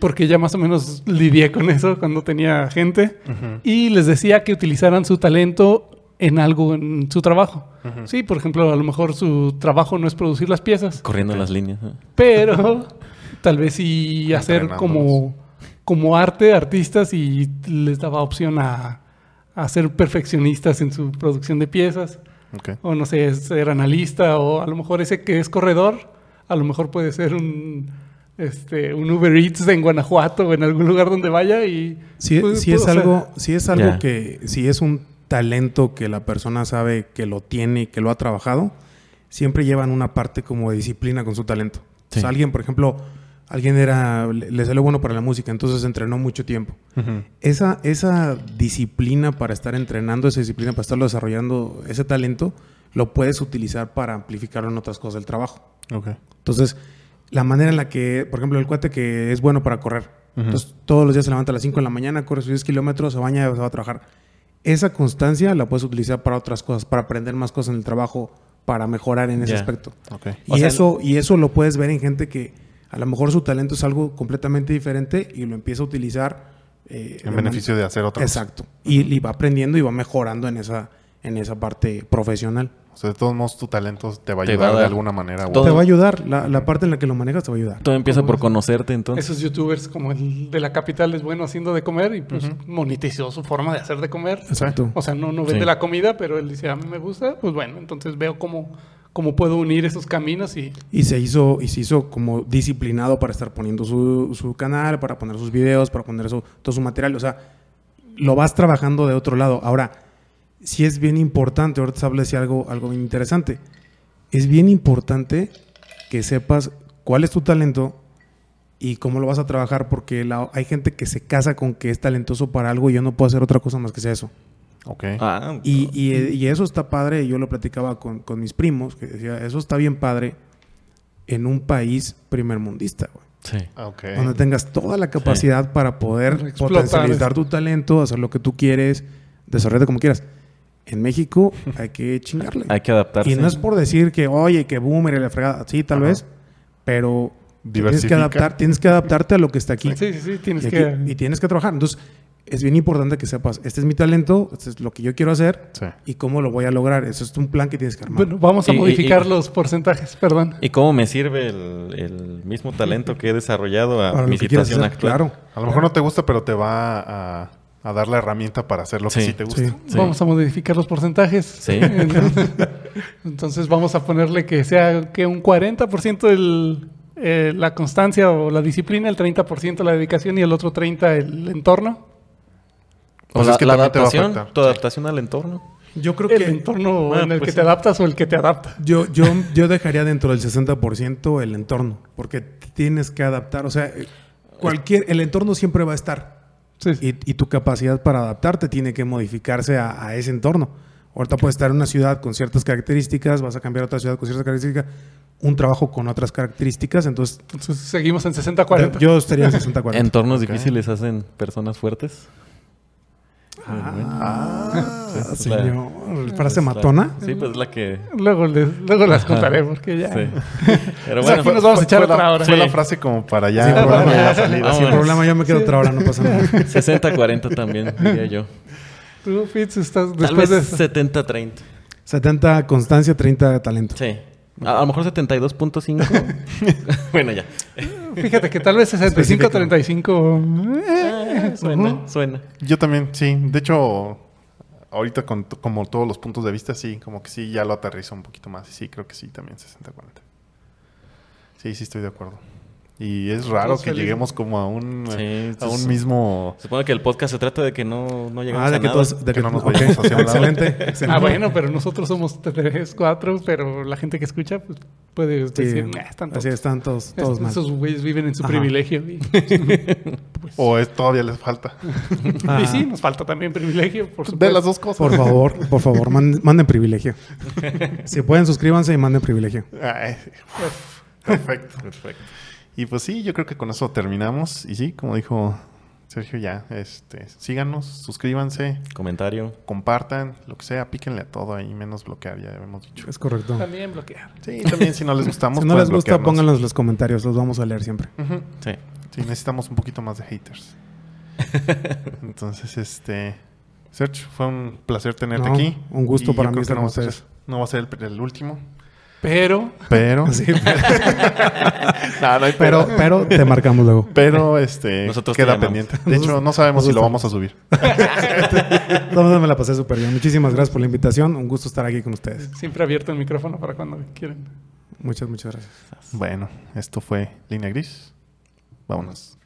D: Porque ya más o menos lidié con eso cuando tenía gente
C: Ujú.
D: y les decía que utilizaran su talento en algo en su trabajo. Sí, por ejemplo, a lo mejor su trabajo no es producir las piezas,
B: Corriendo las líneas. ¿eh?
D: pero tal vez sí hacer como, como arte, artistas y les daba opción a, a ser perfeccionistas en su producción de piezas
C: Ok.
D: o no sé, ser analista, o a lo mejor ese que es corredor, a lo mejor puede ser un, este, un Uber Eats en Guanajuato o en algún lugar donde vaya y...
A: Si,
D: pues,
A: si
D: pues,
A: es
D: o sea,
A: algo, si es algo
B: Ya.
A: que, si es un talento que la persona sabe que lo tiene y que lo ha trabajado, siempre llevan una parte como de disciplina con su talento. O
B: Sí.
A: sea, alguien, por ejemplo, alguien era, le le salió bueno para la música, entonces entrenó mucho tiempo. Esa, esa disciplina para estar entrenando, esa disciplina para estarlo desarrollando, ese talento, lo puedes utilizar para amplificarlo en otras cosas del trabajo.
C: Ok.
A: Entonces, la manera en la que, por ejemplo, el cuate que es bueno para correr. Entonces, todos los días se levanta a las 5 de la mañana, corre sus 10 kilómetros, se baña, se va a trabajar. Esa constancia la puedes utilizar para otras cosas, para aprender más cosas en el trabajo, para mejorar en ese
B: Ya.
A: aspecto.
C: Ok.
A: Y
B: O sea,
A: eso, y eso lo puedes ver en gente que a lo mejor su talento es algo completamente diferente y lo empieza a utilizar eh, de
C: En
A: man-
C: beneficio de hacer otra cosa.
A: Exacto. Y, y va aprendiendo y va mejorando en esa, en esa parte profesional.
C: O sea, de todos modos tu talento te va a
B: Te
C: ayudar
B: va a
C: de
B: dar
C: alguna manera. u
B: todo.
A: Te
C: otra.
A: va a ayudar, la, la parte en la que lo manejas te va a ayudar.
B: Todo empieza por conocerte entonces.
D: Esos youtubers como el de la capital es bueno haciendo de comer y pues monetizó su forma de hacer de comer.
A: Exacto.
D: O sea, no, no vende
B: Sí.
D: la comida, pero él dice, a mí me gusta, pues bueno, entonces veo cómo, cómo puedo unir esos caminos y...
A: Y se hizo, y se hizo como disciplinado para estar poniendo su, su canal, para poner sus videos, para poner su, todo su material. O sea, lo vas trabajando de otro lado. Ahora, sí es bien importante, ahorita se habla de algo, algo bien interesante. Es bien importante que sepas cuál es tu talento y cómo lo vas a trabajar, porque la- hay gente que se casa con que es talentoso para algo y yo no puedo hacer otra cosa más que sea eso.
C: Ok.
B: Ah,
A: Y, y- y eso está padre, yo lo platicaba con, con mis primos, que decía, eso está bien padre en un país primermundista, güey.
B: sí.
C: Ah, ok.
A: Donde tengas toda la capacidad para poder
D: Explotar
A: potencializar
D: eso.
A: tu talento, hacer lo que tú quieres, desarrollate como quieras. En México hay que chingarle.
B: Hay que adaptarse.
A: Y no es por decir que, oye, que boomer y la fregada. Sí, tal
C: Ajá.
A: vez. Pero tienes que,
C: Diversifica.
A: adaptar, tienes que adaptarte a lo que está aquí.
D: Sí, sí, sí, tienes
A: y, aquí-
D: que...
A: y tienes que trabajar. Entonces, es bien importante que sepas, este es mi talento, este es lo que yo quiero hacer
C: Sí.
A: y cómo lo voy a lograr. Eso es un plan que tienes que armar.
D: Bueno, vamos a
B: Y- y-
D: modificar
B: y-
D: los porcentajes, perdón.
B: ¿Y cómo me sirve el, el mismo talento que he desarrollado a
A: para
B: mi
A: lo que quieras
B: situación
A: hacer,
B: actual?
A: claro.
C: A lo mejor no te gusta, pero te va a, a dar la herramienta para hacer lo que
B: Sí,
C: sí te gusta.
A: sí.
B: Sí.
D: Vamos a modificar los porcentajes.
B: Sí.
D: Entonces, entonces vamos a ponerle que sea que un 40% el, eh, la constancia o la disciplina, el 30% la dedicación y el otro 30% el entorno.
B: O
C: Pues
B: la,
C: es que
B: la
C: también te va a
B: adaptación,
C: afectar,
B: tu
C: sí.
B: adaptación al entorno.
A: Yo creo
D: El
A: que
D: entorno
B: Bueno,
D: en el
B: pues
D: que
B: sí.
D: te adaptas o el que te adapta.
A: yo, yo, yo dejaría dentro del 60% el entorno, porque tienes que adaptar. O sea, cualquier, el entorno siempre va a estar.
D: Sí, sí.
A: Y, y tu capacidad para adaptarte tiene que modificarse a, a ese entorno. Ahorita puedes estar en una ciudad con ciertas características, vas a cambiar a otra ciudad con ciertas características, un trabajo con otras características, entonces
D: Entonces seguimos en 60-40.
A: yo estaría en 60-40.
B: Entornos difíciles hacen personas fuertes.
A: ah,
B: Sí,
A: señor. Frase
B: Pues la-
A: matona.
B: sí, pues la que.
D: Luego, les- luego las contaré porque ya.
B: sí. Pero
D: O sea,
B: bueno,
D: fue- Nos vamos a echar
C: fue la-
D: otra hora.
C: Fue la
B: Sí.
C: frase como para
A: Sí,
C: ya,
A: para
C: para
A: ya.
C: la salida.
A: Sin
B: Vámonos.
A: problema, yo me quedo otra hora, no pasa nada.
B: 60-40 también, diría yo.
D: Tú, Fitz, estás
B: Tal
D: después de
B: vez
D: eso.
B: 70-30.
A: 70 constancia, 30 talento.
B: Sí. A, a lo mejor 72.5. bueno, ya.
D: Fíjate que tal vez 65-35.
A: Eh,
B: Ah, suena, suena.
C: Yo también, sí. De hecho, ahorita con t- como todos los puntos de vista, sí, como que sí, ya lo aterrizo un poquito más. Y sí, creo que sí, también 60-40. Sí, sí, estoy de acuerdo. Y es raro
D: Todos
C: que
D: felices.
C: lleguemos como a un,
B: Sí,
C: a
B: entonces-
C: un mismo...
B: Se supone que el podcast se trata de que no, no
A: Ah,
B: llegamos a
A: de que
B: nada.
A: todos. De
C: Que
A: que
C: no nos
A: ok,
C: vayamos hacia un lado.
A: Excelente, excelente.
D: Ah, bueno, pero nosotros somos tres, cuatro, pero la gente que escucha pues, puede
A: Sí,
D: decir, "Nah, están
A: así
D: tontos".
A: están todos, todos
D: Es-
A: mal.
D: Esos güeyes viven en su
A: Ajá.
D: privilegio. Y, Pues
C: O es, todavía les falta.
A: Ah,
D: y sí, nos falta también privilegio, por supuesto.
C: De las dos cosas.
A: Por favor, por favor, manden, manden privilegio. Si pueden, suscríbanse y manden privilegio.
C: Ay, uf, perfecto.
B: Perfecto.
C: Y pues sí, yo creo que con eso terminamos. Y sí, como dijo Sergio, ya, este, síganos, suscríbanse,
B: Comentario.
C: compartan, lo que sea, píquenle a todo ahí, menos bloquear, ya habíamos dicho.
A: Es correcto.
D: También bloquear.
C: Sí, también si no les gustamos,
A: Si no
C: pueden
A: les gusta,
C: bloquearnos.
A: pónganlos en los comentarios, los vamos a leer siempre.
C: Ujú.
B: Sí.
C: Sí, necesitamos un poquito más de haters. Entonces, este, Sergio, fue un placer tenerte
A: No,
C: aquí.
A: un gusto
C: Y
A: para
C: yo
A: mí
C: creo
A: estar
C: que no va a
A: con
C: ser-
A: ustedes.
C: No va a ser el, el último,
D: Pero
C: pero...
A: Sí, pero-
C: No, no hay
A: pero, pero te marcamos luego.
C: Pero este
B: Nosotros te
C: queda
B: llamamos.
C: pendiente. De hecho, no sabemos si lo vamos a subir.
A: No, no, me la pasé súper bien. Muchísimas gracias por la invitación. Un gusto estar aquí con ustedes.
D: siempre abierto el micrófono para cuando quieran.
A: Muchas, muchas gracias.
C: Bueno, esto fue Línea Gris. Vámonos.